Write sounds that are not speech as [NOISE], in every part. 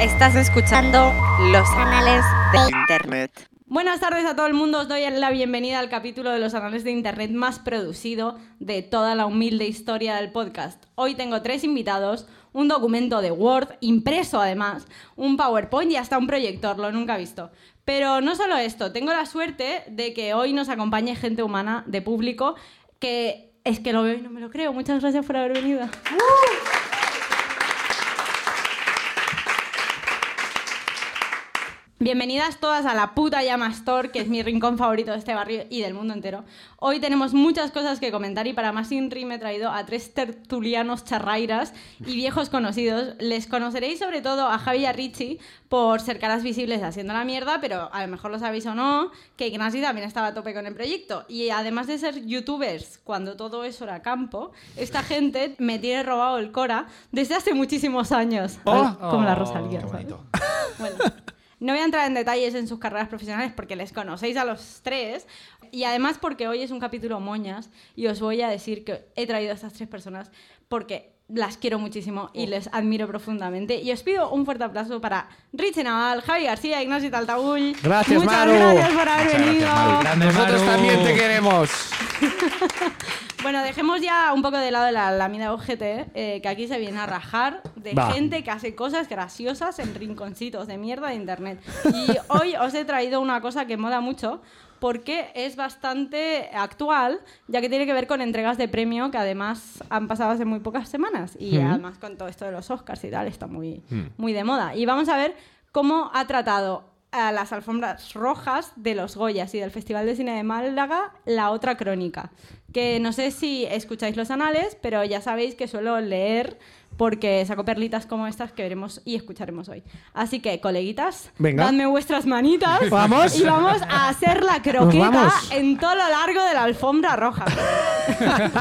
Estás escuchando los canales de Internet. Buenas tardes a todo el mundo, os doy la bienvenida al capítulo de los canales de Internet más producido de toda la humilde historia del podcast. Hoy tengo tres invitados, un documento de Word, impreso además, un PowerPoint y hasta un proyector, lo nunca he visto. Pero no solo esto, tengo la suerte de que hoy nos acompañe gente humana de público que es que lo veo y no me lo creo. Muchas gracias por haber venido. Bienvenidas todas a la puta Llama Store, que es mi rincón favorito de este barrio y del mundo entero. Hoy tenemos muchas cosas que comentar y para más Inri me he traído a tres tertulianos charrairas y viejos conocidos. Les conoceréis sobre todo a Javi y a Richie por ser caras visibles haciendo la mierda, pero a lo mejor lo sabéis o no, que Ignasi también estaba a tope con el proyecto. Y además de ser youtubers cuando todo eso era campo, esta gente me tiene robado el cora desde hace muchísimos años. Oh. Como la Oh. Rosalía. Qué ¿sabes? bonito. Bueno, no voy a entrar en detalles en sus carreras profesionales porque les conocéis a los tres. Y además porque hoy es un capítulo moñas y os voy a decir que he traído a estas tres personas porque las quiero muchísimo y les admiro profundamente. Y os pido un fuerte aplauso para Richie Naval, Javi García, Ignacio Taltabull. Gracias, Muchas Maru. gracias por haber Muchas venido. gracias, Maru. Grande, Nosotros Maru. también te queremos. Bueno, dejemos ya un poco de lado la lámina UGT, eh, que aquí se viene a rajar de Va. gente que hace cosas graciosas en rinconcitos de mierda de internet. Y hoy os he traído una cosa que mola mucho porque es bastante actual, ya que tiene que ver con entregas de premio que además han pasado hace muy pocas semanas y además con todo esto de los Oscars y tal está muy, muy de moda. Y vamos a ver cómo ha tratado a las alfombras rojas de los Goyas y del Festival de Cine de Málaga la otra crónica, que no sé si escucháis los anales, pero ya sabéis que suelo leer porque saco perlitas como estas que veremos y escucharemos hoy. Así que, coleguitas, Venga. dadme vuestras manitas [LAUGHS] Vamos. y vamos a hacer la croqueta vamos. en todo lo largo de la alfombra roja. [LAUGHS]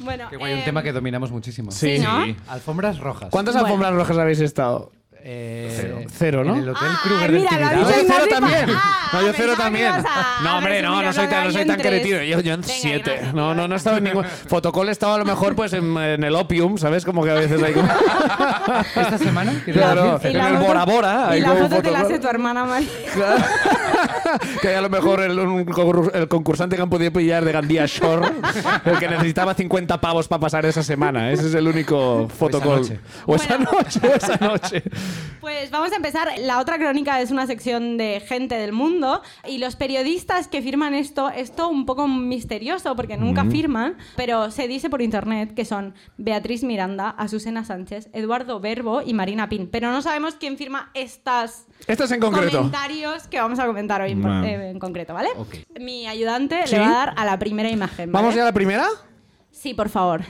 bueno, Qué guay, un eh, tema que dominamos muchísimo. Sí. Sí, ¿no? Alfombras rojas. ¿Cuántas Bueno. alfombras rojas habéis estado? Eh, Cero. Cero, ¿no? En el Hotel Ah, Kruger mira, del lo ha Tibidabo. No, dicho yo en cero la pipa. también. Ah, no, yo cero pensaba que también. ibas a No, hombre, no, presumir no soy otra tan, no vez, soy yo tan en tres. cretino. Yo, yo en Venga, siete. gracias, no, no, no he estado [LAUGHS] en ningún. Fotocol he estado a lo mejor pues en, en el Opium, ¿sabes? Como que a veces hay como. ¿Esta semana? ¿Quieres Claro, decir? y la en el foto- Bora Bora, Y ahí la como foto te la fotocol. hace tu hermana María. [LAUGHS] Claro. [LAUGHS] que hay a lo mejor el, un concur- el concursante que han podido pillar de Gandía Shore, [LAUGHS] el que necesitaba 50 pavos para pasar esa semana. Ese es el único fotocol. noche. O esa Bueno. noche, o esa noche. Pues vamos a empezar. La otra crónica es una sección de gente del mundo y los periodistas que firman esto, esto un poco misterioso porque nunca Mm. firman, pero se dice por internet que son Beatriz Miranda, Azucena Sánchez, Eduardo Verbo y Marina Pin, pero no sabemos quién firma estas Esto es en concreto. comentarios que vamos a comentar hoy en- Vale. eh, en concreto, ¿vale? Ok. Mi ayudante ¿Sí? le va a dar a la primera imagen. ¿vale? ¿Vamos ya a la primera? Sí, por favor.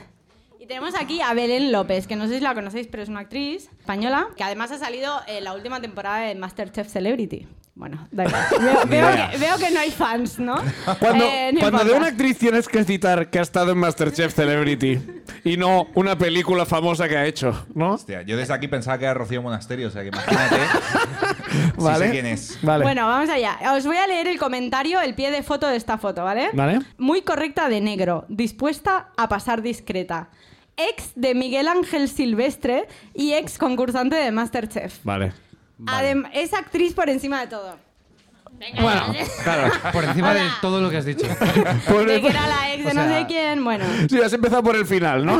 Y tenemos aquí a Belén López, que no sé si la conocéis, pero es una actriz española, que además ha salido en la última temporada de Masterchef Celebrity. Bueno, da [LAUGHS] igual. Veo, Ni veo idea. que, veo que no hay fans, ¿no? Cuando, Eh, en el cuando de podcast. una actriz tienes que citar que ha estado en Masterchef Celebrity y no una película famosa que ha hecho, ¿no? Hostia, yo desde aquí pensaba que era Rocío Monasterio, o sea que imagínate. Sí ¿Vale? sé quién es. Vale. Bueno, vamos allá. Os voy a leer el comentario, el pie de foto de esta foto, ¿vale? Vale. Muy correcta de negro, dispuesta a pasar discreta. Ex de Miguel Ángel Silvestre y ex concursante de Masterchef. Vale. Adem- es actriz por encima de todo. Eh, Bueno, claro. Por encima de Hola. todo lo que has dicho. Pobre- De que era la ex de O no sea- sé quién, [LAUGHS] bueno. Sí, has empezado por el [LAUGHS] final, ¿no?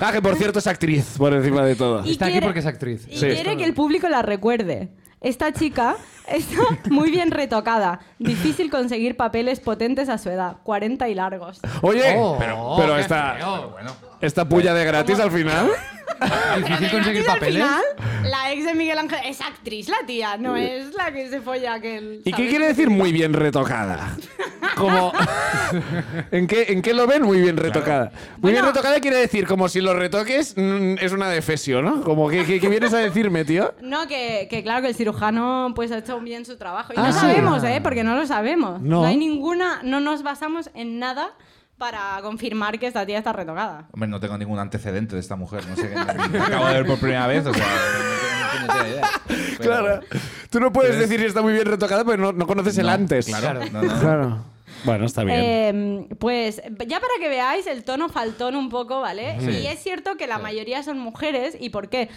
ah, que por cierto es actriz, por encima de todo. Y Está aquí quiere- porque es actriz. Y Sí. quiere que el público la recuerde. Esta chica está [LAUGHS] muy bien retocada. Difícil conseguir papeles potentes a su edad. 40 y largos. Oye, Oh, pero, qué pero feo. esta, Pero Oh, bueno. esta puya de gratis al final. Difícil Gratis conseguir al papeles. final, la ex de Miguel Ángel es actriz, la tía. No es la que se folla aquel. ¿Y qué ¿sabes? quiere decir muy bien retocada? Como, ¿en, qué, ¿En qué lo ven muy bien retocada? Muy bien Bueno. retocada quiere decir como si lo retoques mm, es una defesio, ¿no? Como que, que- que vienes a decirme, tío. No, que, que claro que el cirujano pues ha hecho bien su trabajo. Y Ah, no sí. sabemos, ¿eh? Porque no lo sabemos. No. hay ninguna, no nos basamos en nada para confirmar que esta tía está retocada. Hombre, no tengo ningún antecedente de esta mujer. No sé qué. acabo de ver por primera vez, o sea. No, tengo- no tengo ni idea. Pero- Claro. Tú no puedes Pero es- decir si está muy bien retocada porque no, no conoces el No, antes. Claro. No, no. Claro. Bueno, está bien. Eh, pues ya para que veáis el tono faltón un poco, ¿vale? Sí. Y es cierto que la mayoría son mujeres. ¿Y por qué?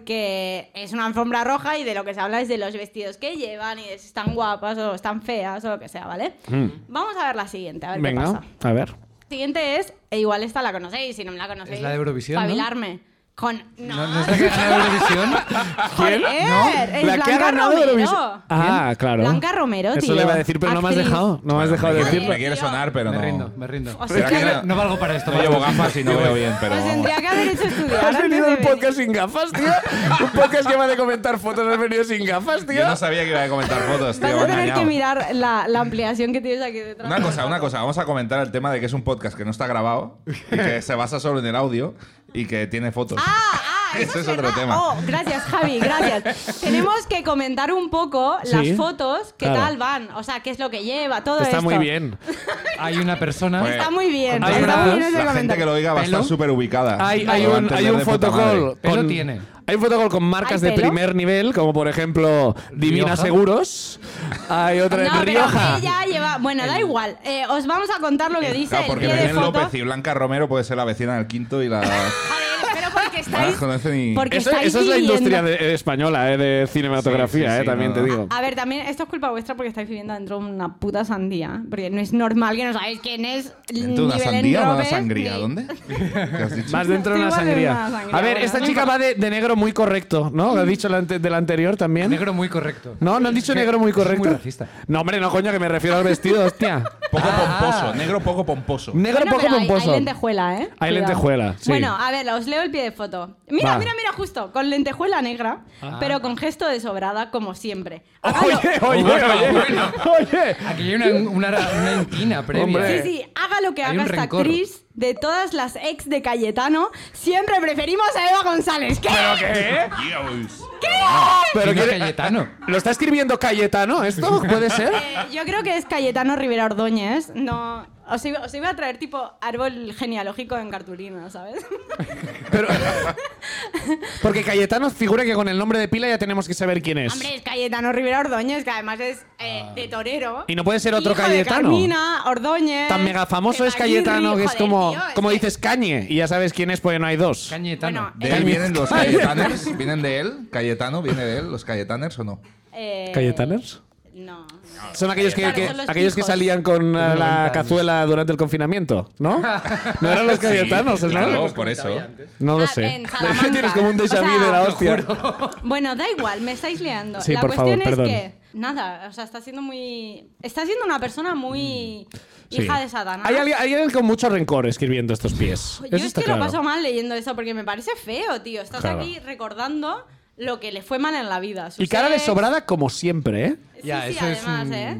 Porque es una alfombra roja y de lo que se habla es de los vestidos que llevan y de si están guapas o están feas o lo que sea, ¿vale? Vamos a ver la siguiente, a ver qué Hmm. Mm. Venga, pasa. a ver. Siguiente es, e igual esta la conocéis, si no me la conocéis. Es la de Eurovisión, ¿no? Fabilarme. Con. No, ¿No, no es la que gana Eurovisión? joder, es La que ha Eh, Blanca ganado Romero. Eurovisión. Ah, claro. Blanca Romero, Eso tío. le iba a decir, pero no me has Actriz. dejado. No me has dejado de Madre decirlo. Me quiere sonar, pero Me no. rindo, me rindo. O sea, Pero que- aquí no- No valgo para esto. no llevo basta. gafas y no veo bien, pero. Os tendría que haber hecho estudiar. Has antes venido de al venir. podcast sin gafas, tío. Un podcast que va de comentar fotos, has venido sin gafas, tío. Yo no sabía que iba a comentar fotos, Vas tío. a me han tener que engañado. mirar la, la ampliación que tienes aquí detrás. Una cosa, una cosa. Vamos a comentar el tema de que es un podcast que no está grabado y que se basa solo en el audio y que tiene fotos. [LAUGHS] Ah, ah, eso, Eso es otro verdad. tema. Oh, gracias, Javi, [LAUGHS] gracias. Tenemos que comentar un poco Sí, las fotos, qué claro. tal van, o sea, qué es lo que lleva, todo Está esto. muy bien. Hay una persona. Pues- Está muy bien. Hay Está muy bien brazos, ese La gente comentario. que lo oiga va a estar ¿Pelo? súper ubicada. Hay, hay Lo va a un, hay entender un de puta fotocall. madre. Pelo con- tiene. Hay un fotocall con marcas ¿Hay de pelo? primer nivel, como por ejemplo Divina Rioja. Seguros. Hay otra en No, pero Rioja. ella lleva. Bueno, da igual. Eh, os vamos a contar lo que dice Eh, Claro, el porque pie de Belén foto. López y Blanca Romero puede ser la vecina del quinto y la. [LAUGHS] Joder, pero porque no estáis. las conocen y. Porque- Eso, estáis eso es la viviendo. industria de- eh, española eh, de cinematografía, Sí, sí, eh, sí, también no, te no. digo. A ver, también esto es culpa vuestra porque estáis viviendo dentro de una puta sandía. Porque no es normal que no sabéis quién es. ¿Dentro de una ni Belén sandía o una López, sangría? ni- [LAUGHS] ¿Dónde? ¿Qué has dicho? Más dentro de una Estoy igual de sangría. una sangría, A ver, bueno, esta no chica va de, de negro muy correcto, ¿no? Lo has dicho la ante- del anterior también. Negro muy correcto. No, no han dicho negro muy Es muy correcto. racista. No, hombre, no, coño, que me refiero al vestido, hostia. [LAUGHS] Poco Ah. pomposo, negro poco pomposo. Negro Bueno, poco pero hay- pomposo. Hay, lentejuela, ¿eh? Hay lentejuela, sí. Bueno, a ver, os leo el pie de foto. Mira, Va. mira, mira, justo. Con lentejuela negra, pero con gesto de sobrada, como siempre. [LAUGHS] Oye, oye, oye. Oye. Aquí hay una, una, una inquina previa. Hombre. Sí, sí, haga lo que Hay haga un esta rencor. actriz de todas las ex de Cayetano, siempre preferimos a Eva González. ¿Qué? ¿Qué? Dios. Pero Pero quiere- Cayetano. ¿Lo está escribiendo Cayetano esto? ¿Puede ser? Eh, yo creo que es Cayetano Rivera Ordóñez. No, os iba, os iba a traer tipo árbol genealógico en cartulina, ¿sabes? [LAUGHS] [LAUGHS] Pero, porque Cayetano figura que con el nombre de pila ya tenemos que saber quién es. Ah. Hombre, es Cayetano Rivera Ordóñez, que además es eh, de torero. Y no puede ser otro Hijo Cayetano. De Carmina, Ordóñez. Tan mega famoso es Evaguirri, Cayetano que es joder, como, tío, es como que- dices Cañe y ya sabes quién es porque no hay dos. Cayetano. ¿De Calle- él vienen los Cayetaners? ¿Vienen de él? ¿Cayetano viene de él? ¿Los Cayetaners o no? Eh, ¿Cayetaners? No. Son aquellos que, Claro, que- son los aquellos que pijos. salían con eh, 90 la años. cazuela durante el confinamiento, ¿no? No eran los Cayetanos, Sí, ¿no? claro, por eso. No lo Ah, sé. en Salamanca. [LAUGHS] Tienes como un déjà O vu sea, de la hostia. Bueno, da igual, me estáis liando. Sí, la por cuestión favor, es perdón. que, nada, o sea, está siendo muy. Está siendo una persona muy. Mm, Sí. hija de Satanás. Hay alguien, hay alguien con mucho rencor escribiendo estos pies. Yo Eso es está que lo claro. paso mal leyendo eso porque me parece feo, tío. Estás Claro. aquí recordando lo que le fue mal en la vida. sus Y cara de ex. sobrada como siempre, ¿eh? Sí, Ya, sí, eso es además, un- ¿eh?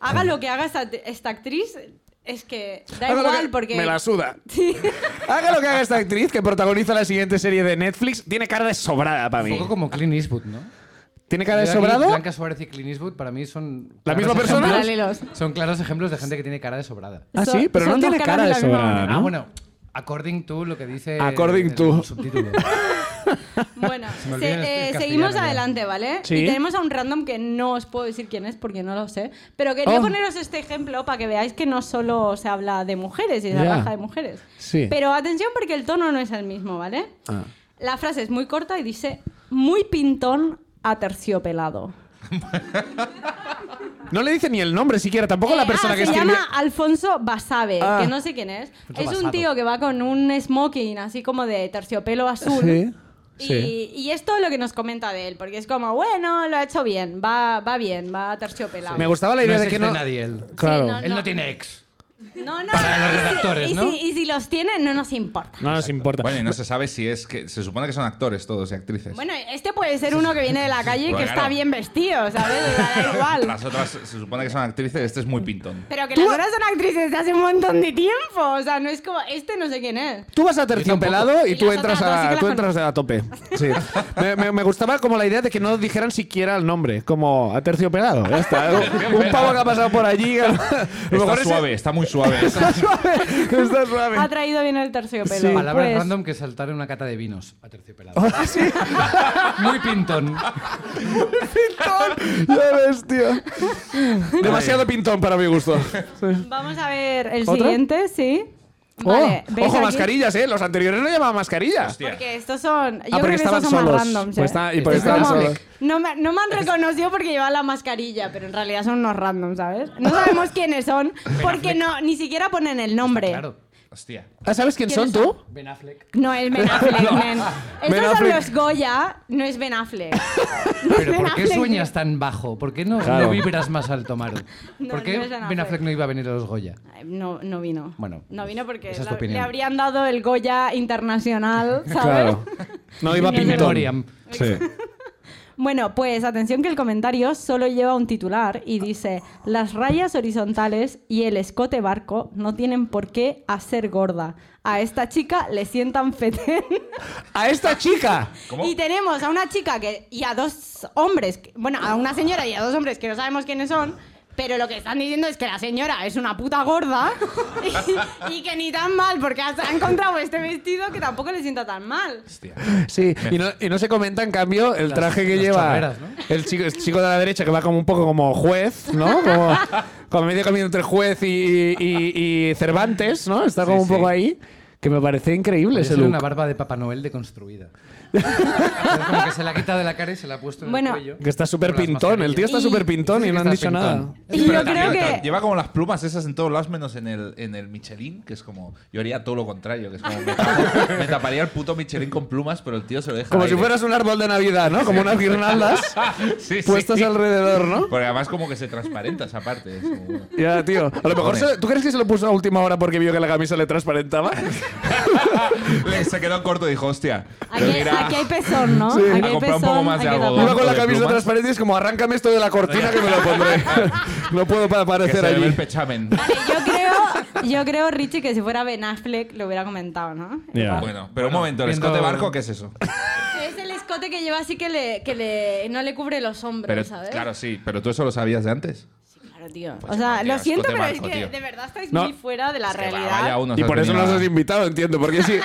Haga lo que haga esta, esta actriz, es que da Haga lo igual que- porque. Me la suda. [LAUGHS] Haga lo que haga esta actriz que protagoniza la siguiente serie de Netflix. Tiene cara de sobrada para Un mí. poco como Clint Eastwood, ¿no? ¿Tiene cara de Yo aquí, sobrado? Blanca Suárez y Clint Eastwood para mí son. ¿La claros misma persona? [LAUGHS] Paralelos. Son claros ejemplos de gente que tiene cara de sobrada. Ah, Son- sí, pero no son dos tiene caras cara de de la misma sobrada, moneda. ¿no? Ah, bueno. According to lo que dice. According el to. [LAUGHS] Ah, Subtítulo. Bueno, me se- olvida el- el eh, castellano seguimos ya. adelante, ¿vale? Sí. Y tenemos a un random que no os puedo decir quién es porque no lo sé. Pero quería Oh. poneros este ejemplo para que veáis que no solo se habla de mujeres y se Ya. raja de mujeres. Sí. Pero atención porque el tono no es el mismo, ¿vale? Ah. La frase es muy corta y dice: muy pintón aterciopelado. No le dice ni el nombre siquiera, tampoco la Eh, persona ah, que se escribió. llama Alfonso Basabe, Ah. que no sé quién es. Alfonso es Basabe. un tío que va con un smoking así como de terciopelo azul. Sí, Y, sí. y es todo lo que nos comenta de él, porque es como, bueno, lo ha hecho bien, va, va bien, va terciopelado. Me gustaba la idea no de es que ex de no. nadie él. Sí, Ah, Claro. no, no, Él no tiene ex. No, no, no, Para los y si- redactores, y, ¿no? si, y si los tienen, no nos importa. nos importa. Bueno, y no se sabe si es que. Se supone que son actores todos y actrices. Bueno, este puede ser uno que viene de la calle y que Bueno, está claro. bien vestido, ¿sabes? O sea, da [LAUGHS] igual. Las otras se supone que son actrices, este es muy pintón. Pero que las otras son actrices de hace un montón de tiempo. O sea, no es como, este no sé quién es. Tú vas a terciopelado y Y tú las entras, otras dos sí que a, las tú entras a [LAUGHS] tope. Sí. me, me- me gustaba como la idea de que no dijeran siquiera el [LAUGHS] nombre, como a terciopelado. Ya está. Un pavo que ha pasado por allí. A lo Está es- suave, está muy [LAUGHS] suave. Está suave. Ha traído bien el terciopelo. Sí. Palabras Pues, Oh, random que saltaron una cata de vinos. Aterciopelado. [LAUGHS] Muy pintón. [LAUGHS] Ya ves, tío. Demasiado pintón para mi gusto. Vamos a ver el ¿Otra? siguiente, sí. Oh, Vale, ¿veis ojo, aquí? mascarillas, ¿eh? Los anteriores no llevaban mascarillas. Hostia. Porque estos son. Yo ah, creo porque que estos estaban son solos. más randoms. Pues eh. está- y porque Es estaban como- solos. no, me, no me han reconocido porque llevan la mascarilla, pero en realidad son unos randoms, ¿sabes? No sabemos quiénes [LAUGHS] son porque no, ni siquiera ponen el nombre. Claro. Hostia. Ah, ¿Sabes quién son tú? Ben Affleck. No es Ben [LAUGHS] Affleck, men. Estos Ben son Affleck. los Goya, no es Ben [LAUGHS] Affleck. No es Pero Ben ¿por qué Affleck. sueñas tan bajo? ¿Por qué no, Claro. no vibras más alto, Maru? [LAUGHS] No, ¿Por qué no es Ben Ben Affleck. Affleck no iba a venir a los Goya? Ay, No, no vino. Bueno, no vino porque esa es tu la- le opinión. habrían dado el Goya [LAUGHS] internacional, ¿sabes? No iba In pintón. memoriam. Sí. Bueno, pues atención que el comentario solo lleva un titular y dice, las rayas horizontales y el escote barco no tienen por qué hacer gorda. A esta chica le sientan fetén. A esta chica. ¿Cómo? Y tenemos a una chica que, y a dos hombres, que- bueno, a una señora y a dos hombres que no sabemos quiénes son. Pero lo que están diciendo es que la señora es una puta gorda y, y que ni tan mal, porque hasta ha encontrado este vestido que tampoco le sienta tan mal. Hostia. Sí, y no, y no se comenta, en cambio, el Las- traje que las lleva chorreras, ¿no? el, chico, el chico de la derecha que va como un poco como juez, ¿no? [LAUGHS] Como, como medio camino entre juez y, y- y Cervantes, ¿no? Está como Sí, un poco sí. ahí. Que me parece increíble Es ese look. una barba de Papá Noel deconstruida. Es como que se la quita de la cara y se la ha puesto en Bueno. el cuello. Que está súper Con las pintón, el tío está Y- súper pintón y Sí, que no han está dicho nada. pintón. Y Pero yo creo también que... Lleva como las plumas esas en todos lados, menos en el, en el Michelin, que es como. Yo haría todo lo contrario, que es como. Me, tapo- me taparía el puto Michelin con plumas, pero el tío se lo deja. Como al si aire. fueras un árbol de Navidad, ¿no? Como unas [LAUGHS] guirnaldas [LAUGHS] Sí, sí. puestas alrededor, ¿no? Porque además, como que se transparenta esa parte. es como, bueno. Ya, tío. A lo mejor, se- ¿tú crees que se lo puso a última hora porque vio que la camisa le transparentaba? Le- se quedó corto y dijo, hostia. Aquí, tengo que ir a- aquí hay pezón, ¿no? Sí. Aquí A hay comprar un poco pezón, más aquí de hay algodón. Iba tapón. con la ¿De camisa plumas? transparente y es como, arráncame esto de la cortina que me lo pondré. No puedo pa- que se aparecer le ve allí. el pechamen. Yo creo, yo creo, Richie, que si fuera Ben Affleck lo hubiera comentado, ¿no? Ya. Ah, Bueno, pero un momento, el viendo- escote barco, ¿qué es eso? Es el escote que lleva así que, le, que le, no le cubre los hombros, Pero, ¿sabes? claro, sí, pero tú eso lo sabías de antes. Sí, claro, tío. Pues o sea, madre, lo escote siento, pero marco, es que tío. de verdad estáis No. muy fuera de la Que va, realidad. vaya uno, Y se por ha eso tenido nos has a- invitado, entiendo. Porque si,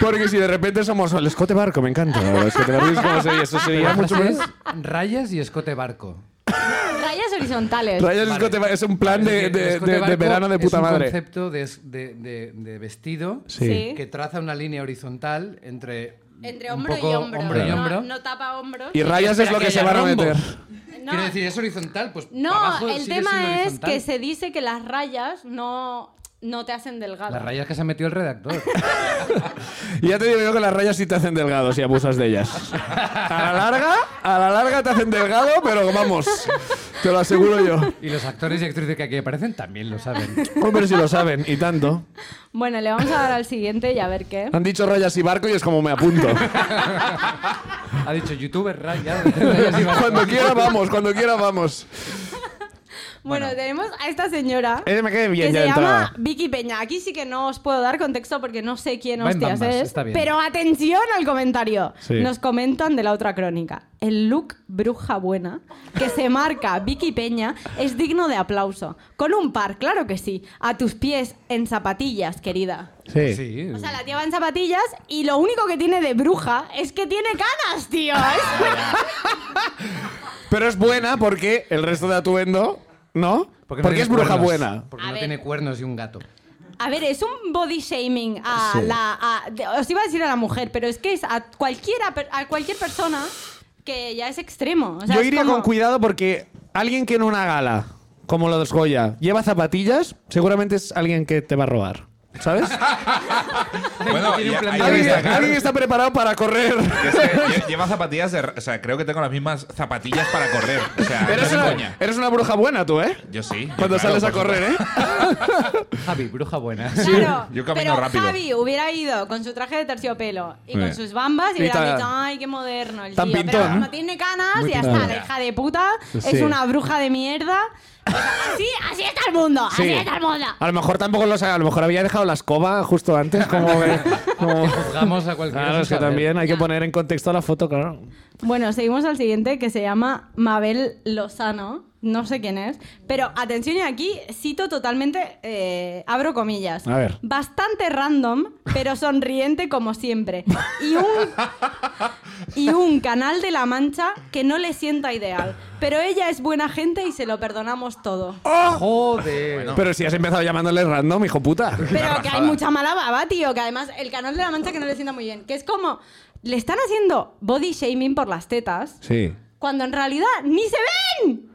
porque si de repente somos el escote barco, me encanta. El escote barco es como sería, eso Pero sería la mucho frase más. es Rayas y escote barco. Rayas horizontales. Rayas escote barco es un plan Es de, decir, el de, escote de- de barco verano de puta es un madre. concepto de, es- de- de- de vestido Sí. que traza una línea horizontal entre. Entre un hombro y poco hombro. hombro y Claro. hombro. No, no tapa hombros. Y rayas es lo que se van a meter. No. Quiero decir, es horizontal, pues. No, para abajo el sigue siendo tema es horizontal. que se dice que las rayas no, no te hacen delgado. Las rayas que se ha metido el redactor. Y ya te digo yo que las rayas sí te hacen delgado si abusas de ellas. A la larga, a la larga te hacen delgado, pero vamos, te lo aseguro yo. y los actores y actrices que aquí aparecen también lo saben. Hombre, si lo saben, y tanto. Bueno, le vamos a dar al siguiente y a ver qué. Han dicho rayas y barco y es como me apunto. Ha dicho youtuber [LAUGHS] rayas. [LAUGHS] Cuando quiera vamos, cuando quiera vamos. Bueno, tenemos a esta señora. Eh, me quedé bien que ya se de llama entrada. Vicky Peña. Aquí sí que no os puedo dar contexto porque no sé quién Va en hostias bambas, es. está bien. Pero atención al comentario. Sí. Nos comentan de la otra crónica. El look bruja buena que se marca Vicky Peña es digno de aplauso. Con un par, claro que sí. A tus pies en zapatillas, querida. Sí. Sí. O sea, la tía va en zapatillas y lo único que tiene de bruja es que tiene canas, tío. [LAUGHS] Es- Pero es buena porque el resto de atuendo, ¿no? Porque, no tiene es bruja cuernos, buena. Porque A no ver. tiene cuernos y un [LAUGHS] gato. A ver, es un body shaming a Sí. la. a- de- os iba a decir a la mujer, pero es que es a cualquiera, per- a cualquier persona que ya es extremo. O sea, Yo es iría como- con [LAUGHS] cuidado porque alguien que en una gala, como lo de Goya, lleva zapatillas, seguramente es alguien que te va a robar. ¿Sabes? Bueno, Tiene un ya- plan hay de que alguien, destacar alguien está preparado para correr. que es que lle- lleva zapatillas de. ra- O sea, creo que tengo las mismas zapatillas para correr. O sea, no Eres es una, coña. eres una bruja buena tú, ¿eh? Yo sí. yo Cuando claro, sales a por correr, ¿eh? Javi, [LAUGHS] bruja buena. Claro, Yo camino pero rápido. Javi hubiera ido con su traje de terciopelo y con Sí. sus bambas y Y hubiera tan- dicho, ay, qué moderno el tan tío. pintón, pero ¿eh? no tiene canas Muy y ya pintón. está, la hija de puta, Sí. es una bruja de mierda. Así, así está el mundo, así Sí. está el mundo. ¿eh? [LAUGHS] A lo mejor tampoco lo sabía, a lo mejor había dejado la escoba justo antes, como... que- como- Juzgamos a cualquiera. Claro, sin es que saber. también hay que poner en contexto la foto, claro. Bueno, seguimos al siguiente que se llama Mabel Lozano. No sé quién es. Pero atención, y aquí cito totalmente, eh, abro comillas. A ver. Bastante random, pero sonriente como siempre. Y un, y un canal de la mancha que no le sienta ideal. Pero ella es buena gente y se lo perdonamos todo. Oh, Joder. Pero si has empezado llamándole random, hijo puta. Pero que hay mucha mala baba, tío. Que además el canal de la mancha que no le sienta muy bien. Que es como, le están haciendo body shaming por las tetas Sí. cuando en realidad ni se ven.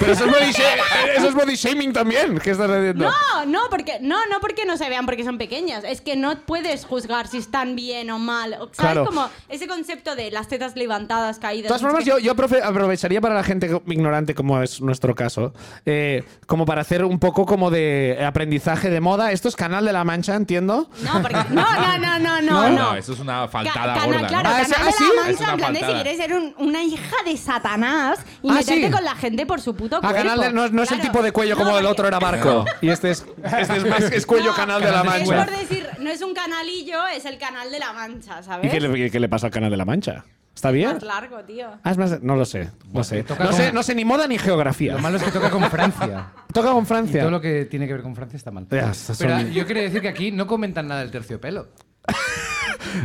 Pero eso es body, sha- eh, eso es body shaming también. ¿Qué estás haciendo? No, no porque, no, no porque no se vean porque son pequeñas. Es que no puedes juzgar si están bien o mal. O- ¿Sabes? Claro. Como ese concepto de las tetas levantadas, caídas. De todas no sé formas, qué. yo, yo profe- aprovecharía para la gente ignorante, como es nuestro caso, eh, como para hacer un poco como de aprendizaje de moda. Esto es Canal de la Mancha, entiendo. No, porque. No, no, no, no, no. no. eso es una faltada Ca- cana- gorda. ¿no? claro, canal Ah, ¿es de así? la Es mancha, una en plan de si faltada. quieres ser un- una hija de Satanás y Ah, meterte ¿sí? con la gente por su puto Ah, cuerpo. Canal de- no, no es el Claro. tipo de cuello No, como el porque- otro era barco. Y este es, este es más que es cuello No, Canal de la Es Mancha. por decir, no es un canalillo, es el canal de la mancha, ¿sabes? ¿Y qué le, qué le pasa al Canal de la Mancha? ¿Está bien? Más largo, tío. Ah, es más- no lo sé. No sé. toca No sé, con- no sé ni moda ni geografía. Lo malo es que toca con Francia. Toca con Y Francia. todo lo que tiene que ver con Francia está mal. Ya, son- Pero yo quiero decir que aquí no comentan nada del [LAUGHS] terciopelo.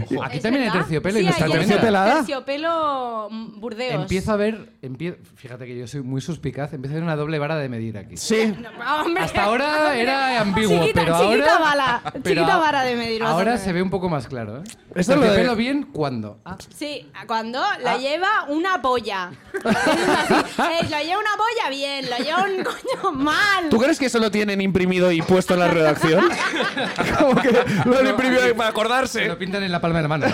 Ojo, aquí ¿Es también verdad? hay terciopelo Sí, y no está hay tercio- terciopelo. terciopelada. terciopelo. Terciopelo mm, Burdeos. Empiezo a ver, empie- fíjate que yo soy muy suspicaz, empieza a haber una doble vara de medir aquí. Sí. No, [LAUGHS] hombre. Hasta ahora era ambiguo, Chiquita- pero ahora. chiquita bala, chiquita vara de medir, vas a Ahora ver. se ve un poco más claro, ¿eh? Esto Esto lo de- pelo bien cuando. Ah, Sí, cuando la lleva una [LAUGHS] polla. Es así, eh, lo lleva una polla bien, lo lleva un coño mal. ¿Tú crees que eso lo tienen imprimido y puesto en la [LAUGHS] redacción? Como que lo han imprimido ahí para se lo acordarse. pintan en la palma de la [LAUGHS] mano.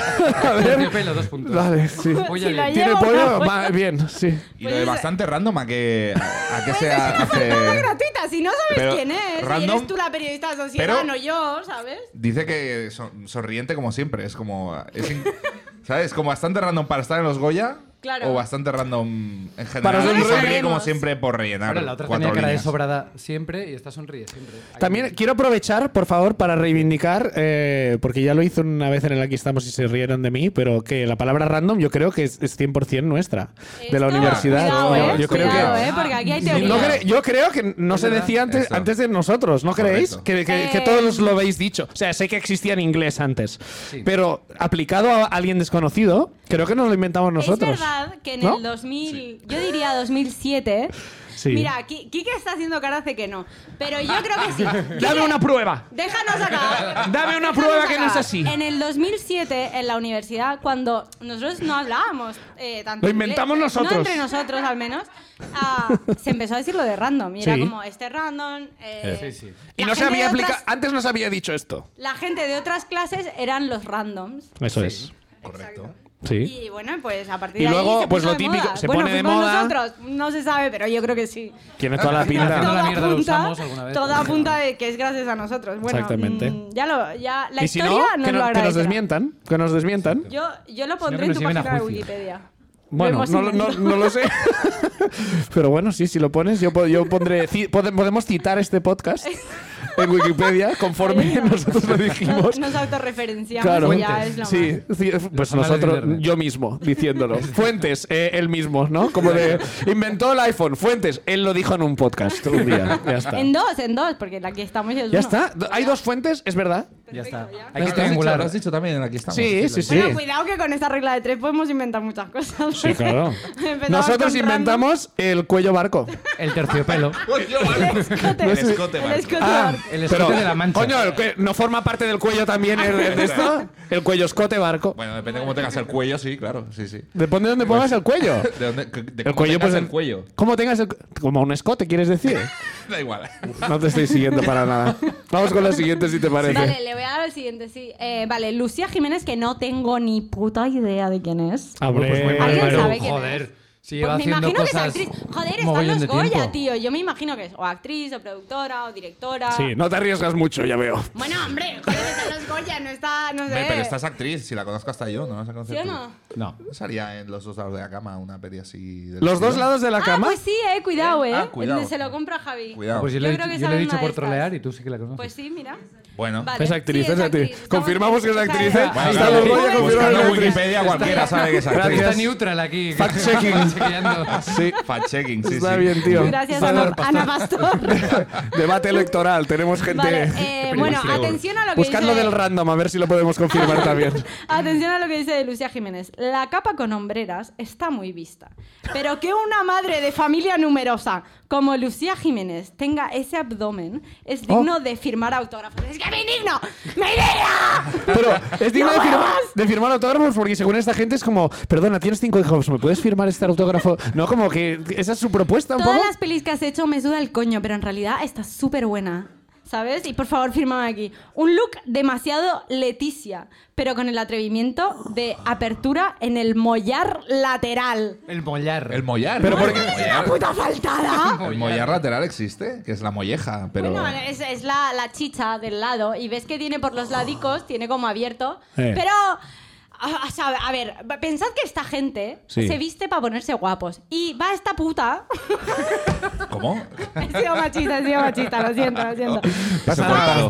ver. Terciopelo, dos puntos. Vale, sí. Polla Si la bien. ¿Tiene lleva una pollo? polla. Va, bien, sí. Y Pues lo de bastante random, ¿a qué, a qué se No hace? gratuita, si no sabes Pero, quién es, y random, eres tú la periodista de sociedad, pero- no yo, ¿sabes? Dice que son- sonriente como siempre. Es como. es in- ¿Sabes? Como bastante random para estar en los Goya. Claro. O bastante random en general. Para Y sonreír. sonríe como Sabemos. siempre por rellenar. Ahora, la otra cuatro tenía cara de líneas. sobrada siempre y esta sonríe siempre. Ahí También quiero aprovechar, por favor, para reivindicar, eh, porque ya lo hice una vez en el Aquí estamos y se rieron de mí, pero que la palabra random yo creo que es, es 100% nuestra, de la Esto, universidad. Cuidado, Yo- eh, yo creo cuidado, que... eh, porque aquí hay No teoría. No cre- yo creo que no se verdad. decía antes, Eso. antes de nosotros, ¿no creéis? Correcto. Que, que- que Eh. todos lo habéis dicho. O sea, sé que existía en inglés antes, pero aplicado a alguien desconocido, creo que nos lo inventamos nosotros. Es verdad que en ¿No? el 2000, yo diría 2007. Sí. Mira, Ki- Kike está haciendo cara hace que no, pero yo creo que sí. Dame Kike, una prueba. Déjanos acabar. Dame una Déjanos prueba que no es acabar. así. En el 2007, en la universidad, cuando nosotros no hablábamos eh, tanto. Lo inventamos inglés, nosotros. No entre nosotros, al menos. ah, se empezó a decir lo de random. Y era Sí. como, este random. eh, Sí, sí. Y la no se gente había de otras- aplicado, antes no se había dicho esto. La gente de otras clases eran los randoms. Eso es. Correcto. Sí. Y bueno, pues a partir Y de luego, ahí se pues, puso lo de típico, moda. se bueno, pone de fuimos moda. nosotros, no se sabe, pero yo creo que sí. Tiene toda la Haciendo pinta. la Todo mierda lo apunta- usamos alguna vez. todo apunta de que es gracias a nosotros. Bueno, Exactamente. mm, ya lo, ya la y si no, historia que, nos lo no- que nos agradecerá. desmientan. Que nos desmientan. Yo, yo lo que pondré en nos tu lleven a página de juicio. Wikipedia. Bueno, Lo no, hemos lo- no- inventado. no lo sé. [LAUGHS] Pero bueno, sí, si lo pones, yo, po- yo pondré. ci- pode- podemos citar este podcast en Wikipedia [LAUGHS] conforme nosotros lo Nos, dijimos. nos autorreferenciamos Claro, y ya es lo sí, más. sí, pues Los anales nosotros, del verde. yo mismo, diciéndolo. Fuentes, eh, él mismo, ¿no? Como de, inventó el iPhone, Fuentes, él lo dijo en un podcast un día, ya está. En dos, en dos, porque la que estamos es uno. Ya está, hay dos fuentes, es verdad. Ya está. Hay Lo que has dicho- triangular. Lo has dicho también, aquí estamos. Sí, sí, sí. Bueno, cuidado que con esta regla de tres podemos inventar muchas cosas. Sí, claro. [LAUGHS] Empezamos Nosotros con inventamos el cuello barco. [LAUGHS] El terciopelo. Pues escote. El escote, El Marco. escote. Ah, El escote de la mancha. Coño, ¿el que- ¿no forma parte del cuello también el, el de esto? [LAUGHS] El cuello escote barco. Bueno, depende de cómo tengas el cuello, sí, claro. Sí, sí. Depende de dónde pongas el cuello. De dónde, de El cómo cuello, tengas pues. el cuello. ¿Cómo tengas el cu- Como un escote, quieres decir? [LAUGHS] Da igual. No te estoy siguiendo para nada. Vamos con la siguiente, si te parece. Vale, le voy a dar al siguiente, sí. Eh, vale, Lucía Jiménez, que no tengo ni puta idea de quién es. Ah, pues muy mal, ¿Alguien Maru. sabe quién Joder. Si Pues lleva me haciendo imagino que es cosas. actriz. Joder, están mogollón los de Goya, tiempo. tío. Yo me imagino que es o actriz, o productora, o directora. Sí, no te arriesgas mucho, ya veo. Bueno, hombre, joder, están los coña, no está, no sé. Hombre, pero esta es actriz, si la conozco hasta yo, ¿no vas a ¿Sí conocer o tú? no? No. ¿No salía en los dos lados de la cama una peli así? del Los dos estilo? lados de la Ah, cama. pues sí, eh, cuidado, eh. Ah, cuidado. Se lo compra Javi. Cuidado. Pues yo, Yo le he creo dicho- que yo sabe le he dicho una por de estas. trolear y tú sí que la conoces. Pues sí, mira. Bueno. Vale. Es actriz, Sí, es es actriz. actriz. Confirmamos que es Estamos- actriz, ¿eh? Está Bueno, Están los bien. Goya Buscando confirmaron que Buscando es en actriz. Wikipedia cualquiera sabe que es actriz. Está Gracias. neutral aquí. [LAUGHS] Fact-checking. Fact-chequeando. Sí. Fact-checking, sí, Está sí. bien, tío. Gracias, Vale, Ana, Ana [LAUGHS] Pastor. [LAUGHS] Debate electoral, tenemos gente. vale, [LAUGHS] eh, bueno, privilegio. atención a lo que Ah. Buscad lo dice. del random, a ver si lo podemos confirmar también. [LAUGHS] Atención a lo que dice Lucía Jiménez. La capa con hombreras está muy vista. Pero que una madre de familia numerosa como Lucía Jiménez tenga ese abdomen es Oh. digno de firmar autógrafos. Es que me indigno. ¡Me indigno! [LAUGHS] Pero es digno ¡No de, firma- más! de firmar autógrafos porque según esta gente es como, perdona, tienes cinco hijos, ¿me puedes firmar este autógrafo? No, como que esa es su propuesta un Todas poco. las pelis que has hecho me suda el coño, pero en realidad está súper buena. ¿Sabes? Y por favor, fírmame aquí. Un look demasiado Leticia, pero con el atrevimiento de apertura en el mollar lateral. El mollar. El mollar. Pero ¿no? porque- El mollar. ¡Puta faltada! El mollar lateral existe, que es la molleja, pero... Bueno, es, es la, la chicha del lado y ves que tiene por los ladicos, tiene como abierto. Eh. Pero, a, a saber, a ver, pensad que esta gente Sí. se viste para ponerse guapos. Y va esta puta. [LAUGHS] ¿Cómo? he sido machista, he sido machista, lo siento, lo [LAUGHS] siento. Eso, Creo córtalo.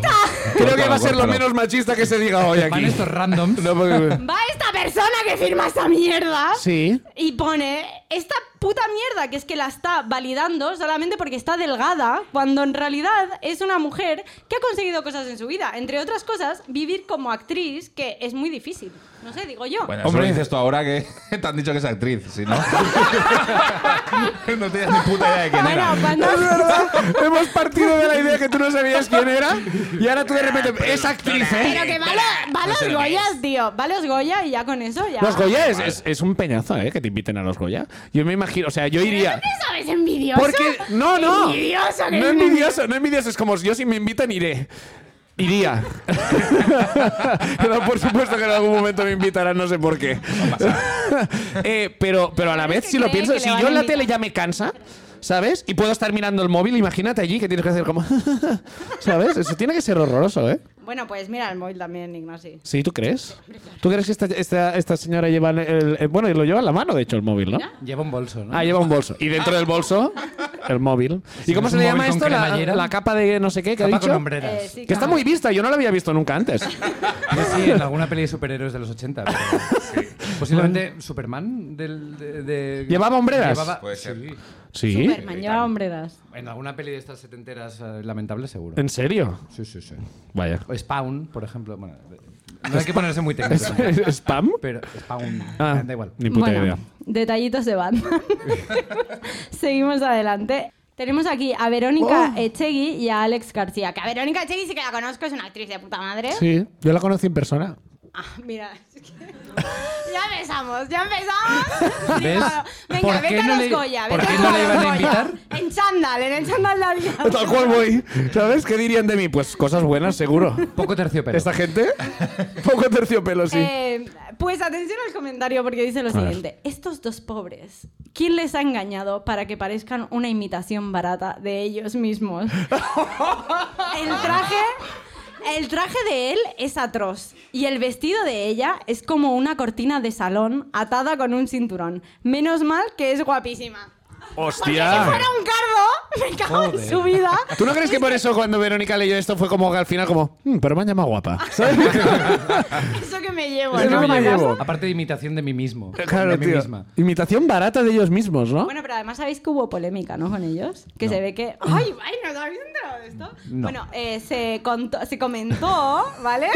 que Córtalo, va a ser lo córtalo. menos machista que se diga hoy Van aquí. estos randoms. No, porque- Va esta persona que firma esta mierda. [LAUGHS] Sí. Y pone esta puta mierda que es que la está validando solamente porque está delgada, cuando en realidad es una mujer que ha conseguido cosas en su vida. Entre otras cosas, vivir como actriz, que es muy difícil. No sé, digo yo. Bueno, Hombre. Hombre, dices tú ahora que [LAUGHS] te han dicho que es actriz, si no. [LAUGHS] no tienes ni puta idea de quién Bueno, era. [LAUGHS] cuando- Es verdad, hemos partido de la idea que tú no sabías quién era y ahora tú de repente es actriz, Pero ¿eh? que vale, Va a vale. los Goyas, tío. Va a los Goya y ya con eso ya. Los Goya es, es- es un peñazo, ¿eh? Que te inviten a los Goya. Yo me imagino, o sea, yo iría. ¿Sabes envidioso? Porque, no, no. Envidioso, que no es envidioso, no envidioso. Es como yo si me invitan iré. Iría. [LAUGHS] No, por supuesto que en algún momento me invitarán, no sé por qué. [LAUGHS] Eh, pero, pero a la vez, que si lo cree pienso, que le si van yo a en la invitar. tele ya me cansa, ¿sabes? Y puedo estar mirando el móvil, imagínate allí que tienes que hacer como. [LAUGHS] ¿Sabes? Eso tiene que ser horroroso, ¿eh? Bueno, pues mira el móvil también, Ignasi. Sí, ¿tú crees? ¿Tú crees que esta, esta, esta señora lleva el, el- Bueno, lo lleva en la mano, de hecho, el móvil, ¿no? Lleva un bolso, ¿no? Ah, lleva un bolso. Y dentro del bolso, el móvil. ¿Y Si cómo no es se un le móvil llama con esto? La, cremallera. la capa de no sé qué que ha Capa dicho. con hombreras. Eh, sí. Que está muy vista, yo no la había visto [LAUGHS] nunca antes. Yo sí, en alguna peli de superhéroes de los 80. [LAUGHS] pero- Posiblemente Superman del, de, de- ¿Llevaba hombreras? Llevaba- Puede ser. sí. Sí. Superman, lleva hombreras. En alguna peli de estas setenteras eh, lamentables, seguro. ¿En serio? Sí, sí, sí. Vaya. [LAUGHS] O Spawn, por ejemplo. Bueno, no hay que ponerse muy técnico. ¿Spam? pero Spawn. Ah, da igual. Ni puta bueno, idea. detallitos de [LAUGHS] Batman. Seguimos adelante. Tenemos aquí a Oh. Verónica Echegui y a Alex García. Que a Verónica Echegui sí que la conozco, es una actriz de puta madre. Sí, yo la conocí en persona. Ah, mira, [LAUGHS] es que- ya empezamos, ya empezamos. ¿Ves? Digo, venga, ¿Por vete qué a no los le- Goya, por vete qué no le los iban a Goya. invitar? En chándal, en el chándal la vida. Tal cual voy. ¿Sabes qué dirían de mí? Pues cosas [LAUGHS] buenas, seguro. Poco terciopelo. ¿Esta gente? Poco terciopelo, sí. Eh, pues atención al comentario porque dice lo ver. siguiente. Estos dos pobres, ¿quién les ha engañado para que parezcan una imitación barata de ellos [LAUGHS] mismos? el traje... El traje de él es atroz y el vestido de ella es como una cortina de salón atada con un cinturón. Menos mal que es guapísima. Si ¡Hostia! fuera un cardo, [LAUGHS] me cago en su vida. ¿Tú no crees que por eso cuando Verónica leyó esto fue como que al final como, "Mm, pero me han llamado guapa? [LAUGHS] ¿Sabes? Eso que me llevo. Eso ¿no? que me ¿Acaso? llevo. Aparte de imitación de mí mismo. [LAUGHS] Claro, de mí tío. misma. Imitación barata de ellos mismos, ¿no? Bueno, pero además sabéis que hubo polémica, ¿no? Con ellos. Que se ve que. ¡Ay, ay! ¿No os habéis enterado de esto? Bueno, eh, se, contó- se comentó, [LAUGHS] ¿vale?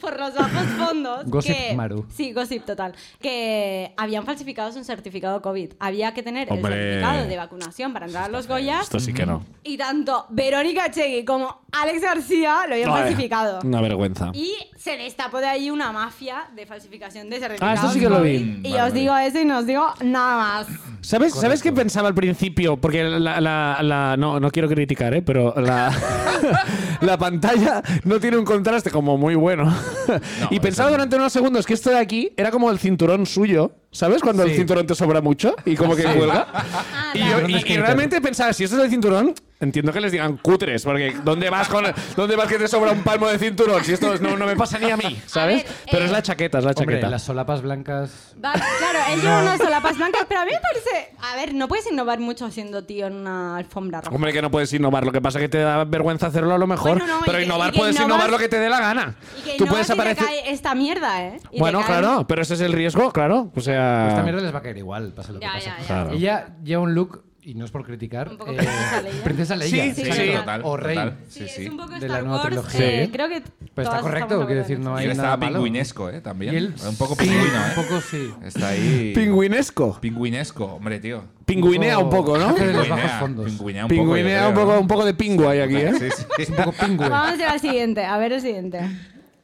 Por los bajos fondos. Gossip que, Maru. Sí, gossip total. Que habían falsificado un certificado COVID. Había que tener Hombre. el certificado de vacunación para entrar a los Goyas. Esto sí que no. Y tanto Verónica Chegui como Alex García lo habían Ay, falsificado. Una vergüenza. Y se destapó de ahí una mafia de falsificación de certificados. Ah, esto sí que lo vi. COVID. Y Vale, os vale. digo eso y no os digo nada más. ¿Sabes, ¿Sabes qué pensaba al principio? Porque la, la- la- no, no quiero criticar, ¿eh? pero la, [LAUGHS] la pantalla no tiene un contraste como muy bueno. [LAUGHS] y pensaba durante unos segundos que esto de aquí era como el cinturón suyo. ¿Sabes cuando el Sí. Ah, cinturón te sobra mucho y como que cuelga? y, yo- y- y Cinturón skater. realmente pensaba, si esto es el cinturón, entiendo que les digan cutres, porque ¿dónde vas, con, ¿dónde vas que te sobra un palmo de cinturón? Si esto es- no, no me pasa ni a mí, ¿sabes? ver, Pero eh, es la chaqueta, es la Hombre, chaqueta. las solapas blancas. Va- claro, él lleva unas solapas blancas, pero a mí me parece. A ver, no puedes innovar mucho siendo tío en una alfombra roja. Hombre, que no puedes innovar. Lo que pasa es que te da vergüenza hacerlo a lo mejor. Bueno, no, y pero que- y innovar que puedes innovas- innovar lo que te dé la gana. Y que Tú no puedes si te aparecer. cae esta mierda, ¿eh? Y te Bueno, cae- claro, pero ese es el riesgo, claro. O sea. Esta mierda les va a caer igual, pase lo que Ya, pase. ya, ya. Ah. Claro. Ella lleva un look, y no es por criticar, eh, Un poco Princesa Leia. [LAUGHS] Princesa Leia. Sí, exacto. sí, total, O Rey. total. Sí, Sí, es sí. un poco De la Star nueva Wars. trilogía. que Sí. Creo que. Pero está todas correcto, estamos quiero decir, no Y hay él nada estaba malo. pingüinesco, ¿eh? También. Y él- un poco sí, pingüino, ¿eh? Un poco sí. Está ahí. Pingüinesco. Pingüinesco, hombre, tío. Pingüinea un poco, ¿no? Ah, De los Pingüinea, bajos fondos. Pingüinea un poco. Pingüinea yo un creo, poco, ¿no? un poco de pingüe hay aquí, ¿eh? Sí, sí. Es [LAUGHS] un poco pingüe. Vamos a la siguiente, a ver el [LAUGHS] siguiente.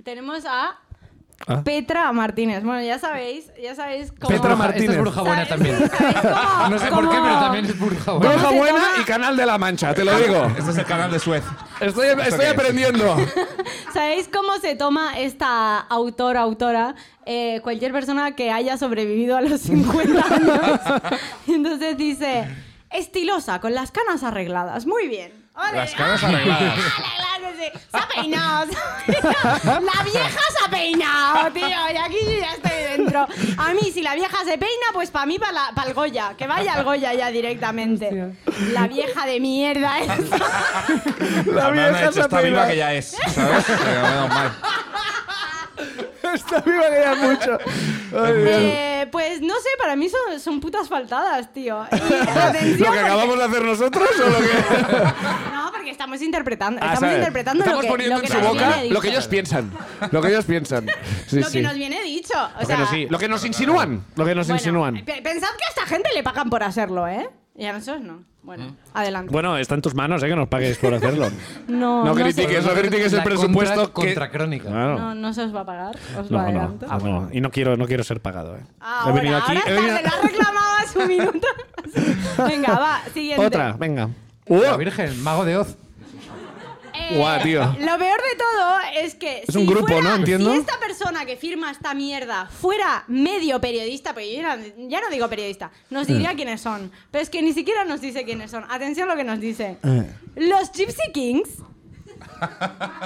Tenemos a Ah. Petra Martínez. Bueno, ya sabéis, ya sabéis cómo. Petra Mar- Martínez. Esta es bruja buena ¿Sabéis- también. sabéis cómo- [LAUGHS] No sé por qué, cómo- pero también es bruja buena. Roja se buena toma- y canal de la mancha, te lo [LAUGHS] digo. Este es el canal de Suez. Estoy, estoy qué es? [LAUGHS] aprendiendo. ¿Sabéis cómo se toma esta autora, autora? Eh, cualquier persona que haya sobrevivido a los 50 años. Y Entonces dice, estilosa, con las canas arregladas. Muy bien. Ole, Las caras arregladas. [LAUGHS] Arreglándose. Se ha [LAUGHS] peinado. se ha peinado. La vieja se ha peinado, tío. Tío, y aquí yo ya estoy dentro. A mí, si la vieja se peina, pues para mí, para el Goya. Que vaya al Goya ya directamente. La vieja de mierda esta. La Hablando de vieja hecho, se ha está viva peinado. que ya es, ¿sabes? Pero menos mal. Está viva que ya mucho. Ay, Dios. Eh, pues no sé, para mí son, son putas faltadas, tío. Y ¿Lo [LAUGHS] atención, que acabamos de hacer nosotros o lo que.? No, porque estamos interpretando. Ah, Estamos ¿sabes? interpretando Estamos lo que, poniendo lo que en su nos boca viene lo que dicho. ellos piensan. Lo que ellos piensan. Sí, lo que sí. nos viene dicho. O Lo sea, que nos, sí, lo que nos insinúan. Lo que nos bueno, insinúan. pe- Pensad que a esta gente le pagan por hacerlo, ¿eh? Y a nosotros no. Bueno, adelante. Bueno, está en tus manos, ¿eh? Que nos paguéis por hacerlo. [LAUGHS] no, no no, critiques, se, no critiques el La presupuesto. Contra, que- Ah. Contracrónica. Claro. no, no se os va a pagar, os lo No, no, adelanto. no, no. Y no quiero, no quiero ser pagado. ¿eh? Ahora, Ah, ahora he está, venido- se lo ha reclamado hace un [LAUGHS] minuto. Venga, va, siguiente. Otra, venga. La Virgen, Mago de Oz. Eh, Guau, tío. Lo peor de todo es que. Es un grupo, fuera- ¿no? Entiendo. Si esta persona que firma esta mierda fuera medio periodista, porque yo ya, ya no digo periodista, nos Eh. diría quiénes son. Pero es que ni siquiera nos dice quiénes son. Atención lo que nos dice. Eh. Los Gypsy Kings.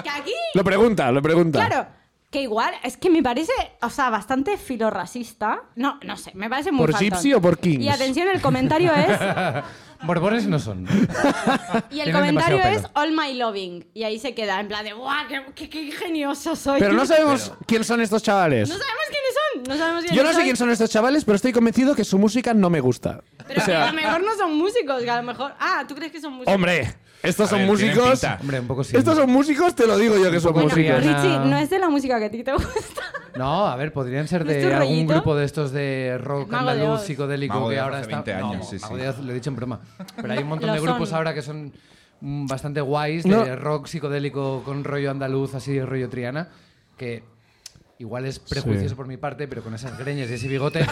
que aquí. Lo pregunta, lo pregunta. Claro. Que igual, es que me parece, o sea, bastante filorracista. No, no sé, me parece muy ¿Por faltón. gypsy o por kings? Y atención, el comentario es. Borbones [LAUGHS] no son. Y el Tienen comentario es demasiado All My Loving. Y ahí se queda, en plan de, ¡guau! ¡Qué, qué- qué ingenioso soy! Pero [LAUGHS] no sabemos quién son estos chavales. No sabemos quiénes son. No sabemos quiénes Yo no sé quién son estos chavales, pero estoy convencido que su música no me gusta. Pero o que a sea, lo mejor no son músicos. Que a lo mejor. Ah, ¿tú crees que son músicos? hombre, estos A son ver, tienen músicos. pinta. Hombre, un poco sí. Estos son músicos, te lo digo yo que son Bueno, músicos. Rihanna. Richie, no es de la música que a ti te gusta. No, a ver, podrían ser ¿No es de tu algún rollito? grupo de estos de rock Mago de andaluz Oz. psicodélico Mago de que Oz ahora hace está. 20 años, no, sí, Mago sí. de Oz, lo he dicho en broma. Pero hay un [LAUGHS] montón Lo de grupos son. ahora que son mm, bastante guays No. de rock psicodélico con rollo andaluz, así rollo Triana, que igual es prejuicioso por mi parte, pero con esas greñas y ese [LAUGHS] bigote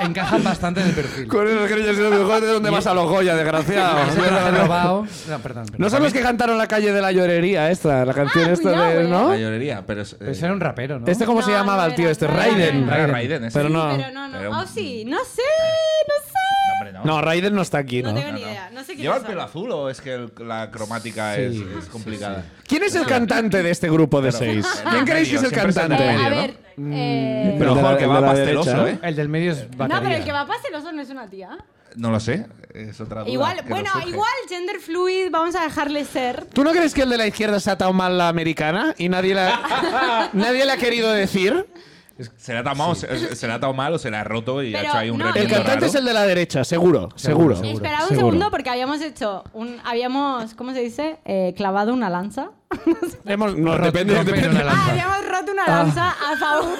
encajan bastante en el perfil. Con esos greñas y los bigotes, ¿de dónde vas a los Goya, desgraciado? [LAUGHS] Se lo han robado. No, perdón. perdón. No son los que cantaron la calle de la llorería esta, la canción Ah, esta cuidado, de, eh. ¿no? La llorería, pero. es- Pero eh, ese era un rapero, ¿no? ¿Este cómo se No, llamaba no el tío era, este? no era. Raiden. Era Raiden, ese. Pero no. Pero no, no. Pero- Oh, sí, no sé, no sé. No, hombre, no. No, Raiden no está aquí, No ¿no? tengo ni idea. No sé quiénes ¿Lleva el son. pelo azul o es que el- la cromática Sí, es, es complicada? ¿Quién es el cantante de este grupo de seis? ¿Quién creéis que es el Siempre es el cantante? de Eh, a medio, ¿no? ver. eh, Pero El de la- ojo, que el de va la pasteloso, derecha, ¿eh? El del medio es no, batería. pero el que va a paseloso no es una tía. No lo sé. Es otra duda Igual, que nos bueno, surge. igual gender fluid, vamos a dejarle ser. ¿Tú no crees que el de la izquierda se ha atado mal la americana y nadie [LAUGHS] la, nadie le ha querido decir? Se le ha tomado, se, se le ha tomado mal o se le ha roto y ha Pero hecho ahí un no, El remiendo Viendo cantante raro. es el de la derecha, seguro, seguro. Seguro, seguro. Esperad un Seguro. segundo porque habíamos hecho un. Habíamos, ¿cómo se dice? Eh, clavado una lanza. Hemos- no, Ro- depende, romper depende. una lanza. Ah, habíamos roto una lanza a [LAUGHS] favor.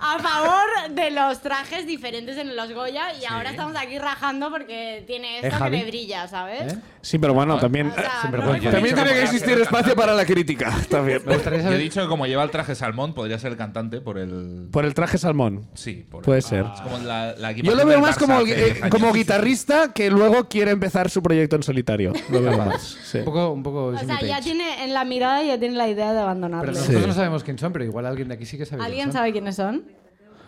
A favor de los trajes diferentes en los Goya y ahora estamos aquí rajando porque tiene esto que ¿Eh, Javi? le brilla, ¿sabes? ¿Eh? Sí, pero bueno, también, Ah, O sea, Sinvergüenza. no- también tiene que existir espacio para la crítica. También. Me gustaría Yo he saber dicho que como lleva el traje salmón, podría ser el cantante por el. [LAUGHS] Por el traje salmón. Sí, por Puede el- ser. Es como la, la Yo equipación lo veo del más Barça como, hace eh, 10 años. como guitarrista que luego quiere empezar su proyecto en solitario. Lo veo más. sí. un poco, un poco O Jimmy sea, ya Page. tiene en la mirada ya tiene la idea de Pues Pero abandonarlo. nosotros no sabemos quién son, pero igual alguien de aquí sí que sabe. ¿Alguien quién son. sabe quiénes son?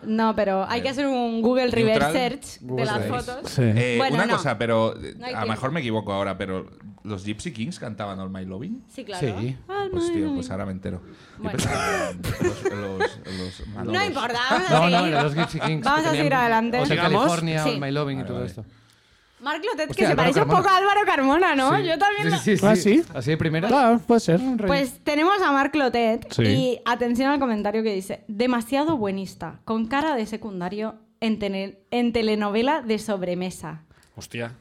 No, pero hay que hacer un Google Reverse Neutral. Search Google de las Search. fotos. Sí. Eh, Bueno, una no. cosa, pero eh, No hay a lo tiempo. mejor me equivoco ahora, pero ¿los Gypsy Kings cantaban All My Loving? Sí, claro. Sí. All Pues my tío, loving. pues ahora me entero. Yo Bueno. pensaba que eran los, los- los malos. no importa. vamos a No, no, seguir. los Gypsy Kings. Vamos a seguir adelante. Hotel Sigamos. California, Sí. All My Loving y todo esto. Mark Lotet, Hostia, que se Álvaro parece un Carmona. poco a Álvaro Carmona, ¿no? Sí. Yo también. lo- Sí, sí, sí. ¿Ah, sí? ¿Así de primera? Claro, Ah, puede ser. Pues tenemos a Marc Clotet Sí. y atención al comentario que dice, demasiado buenista, con cara de secundario en, tene- en telenovela de sobremesa. Hostia.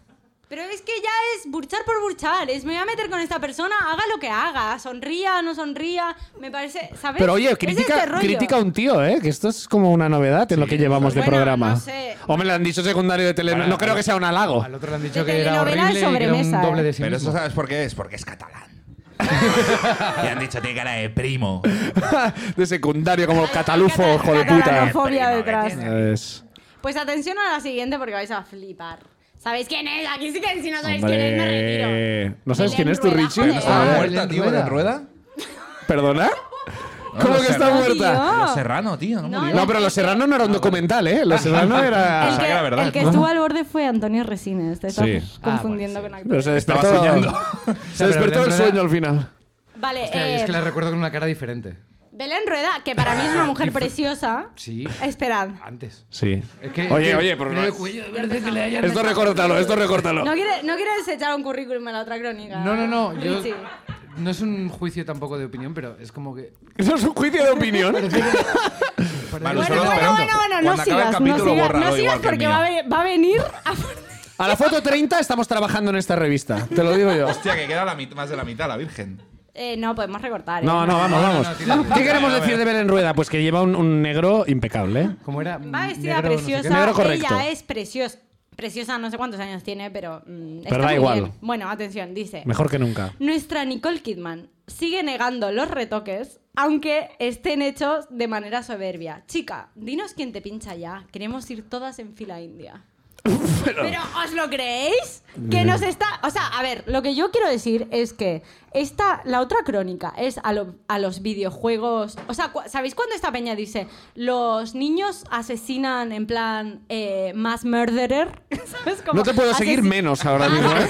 Pero es que ya es burchar por burchar, es me voy a meter con esta persona, haga lo que haga, sonría, no sonría, me parece, ¿sabes? Pero oye, Es critica, este rollo. critica a un tío, ¿eh? Que esto es como una novedad en lo que llevamos de Bueno, programa. no sé. O me lo han dicho secundario de tele. no creo que sea un halago. Al otro le han De dicho que era telenovela horrible y que era un sobremesa, doble ¿eh? de sí Pero mismo. eso sabes por qué es, porque es catalán. [LAUGHS] y han dicho, tiene cara de primo. [LAUGHS] de secundario, como Hay catalufo, cata- hijo de puta. catalanofobia Prima, detrás. vete. Es- Pues atención a la siguiente porque vais a flipar. ¿Sabéis quién es? Aquí sí que si no sabéis quién es, me retiro. Hombre. ¿No sabes Belén quién es tu Rueda, Richie? joder. ¿Estaba Ah, muerta, Belén tío, Rueda. Belén Rueda? ¿Perdona? ¿Cómo los que está serranos. muerta? Tío. Los Serrano, tío, no, No, murió. No, pero Los Serrano no era un documental, ¿eh? Los Serrano era. el, Ah, saca que, la verdad, el que ¿no? estuvo al borde fue Antonio Resines, te estás Ah, Sí. pues confundiendo con actor. Pero se despertó. Estaba soñando. [LAUGHS] Se despertó del Belén Rueda- sueño al final. Vale, Hostia, y es eh, que la recuerdo con una cara diferente. Belén Rueda, que para mí [LAUGHS] es una mujer preciosa. Sí. Esperad. Antes. Sí. Es que- Oye, es que oye, pero tiene no- el cuello de verde que le hayan- Esto recórtalo, esto recórtalo. [LAUGHS] No quiere, no quiere desechar un currículum a la otra crónica. No, no, no. Yo, Ah, Richie. no es un juicio tampoco de opinión, pero es como que. Eso es un juicio de opinión. Vale, Bueno, solo bueno, esperando. bueno, bueno, no Cuando acabe el sigas, no capítulo, sigas, no bórralo igual sigas que el porque mío. va a, ve- va a venir a A la foto 30 estamos trabajando en esta revista. Te lo digo yo. Hostia, que queda la mit- más de la mitad, la Virgen. Eh, no, podemos recortar. ¿eh? No, no, vamos, vamos. no, no, tira. ¿Qué queremos decir de Belén Rueda? Pues que lleva un, un negro impecable. ¿eh? Como era. Va vestida Mm, negro, no sé qué. preciosa. Negro correcto. Ella es preciosa. Preciosa, no sé cuántos años tiene, pero. mm, está da muy igual. bien. Bueno, atención, dice. Mejor que nunca. Nuestra Nicole Kidman sigue negando los retoques, aunque estén hechos de manera soberbia. Chica, dinos quién te pincha ya. Queremos ir todas en fila [LAUGHS] india. Pero, ¿os lo creéis? Que nos está... O sea, a ver, lo que yo quiero decir es que esta, la otra crónica es a, lo- a los videojuegos... O sea, cu- ¿sabéis cuando esta peña dice los niños asesinan en plan eh, mass murderer? [LAUGHS] ¿Sabes? Como No te puedo seguir asesi- menos ahora mismo. ¿eh?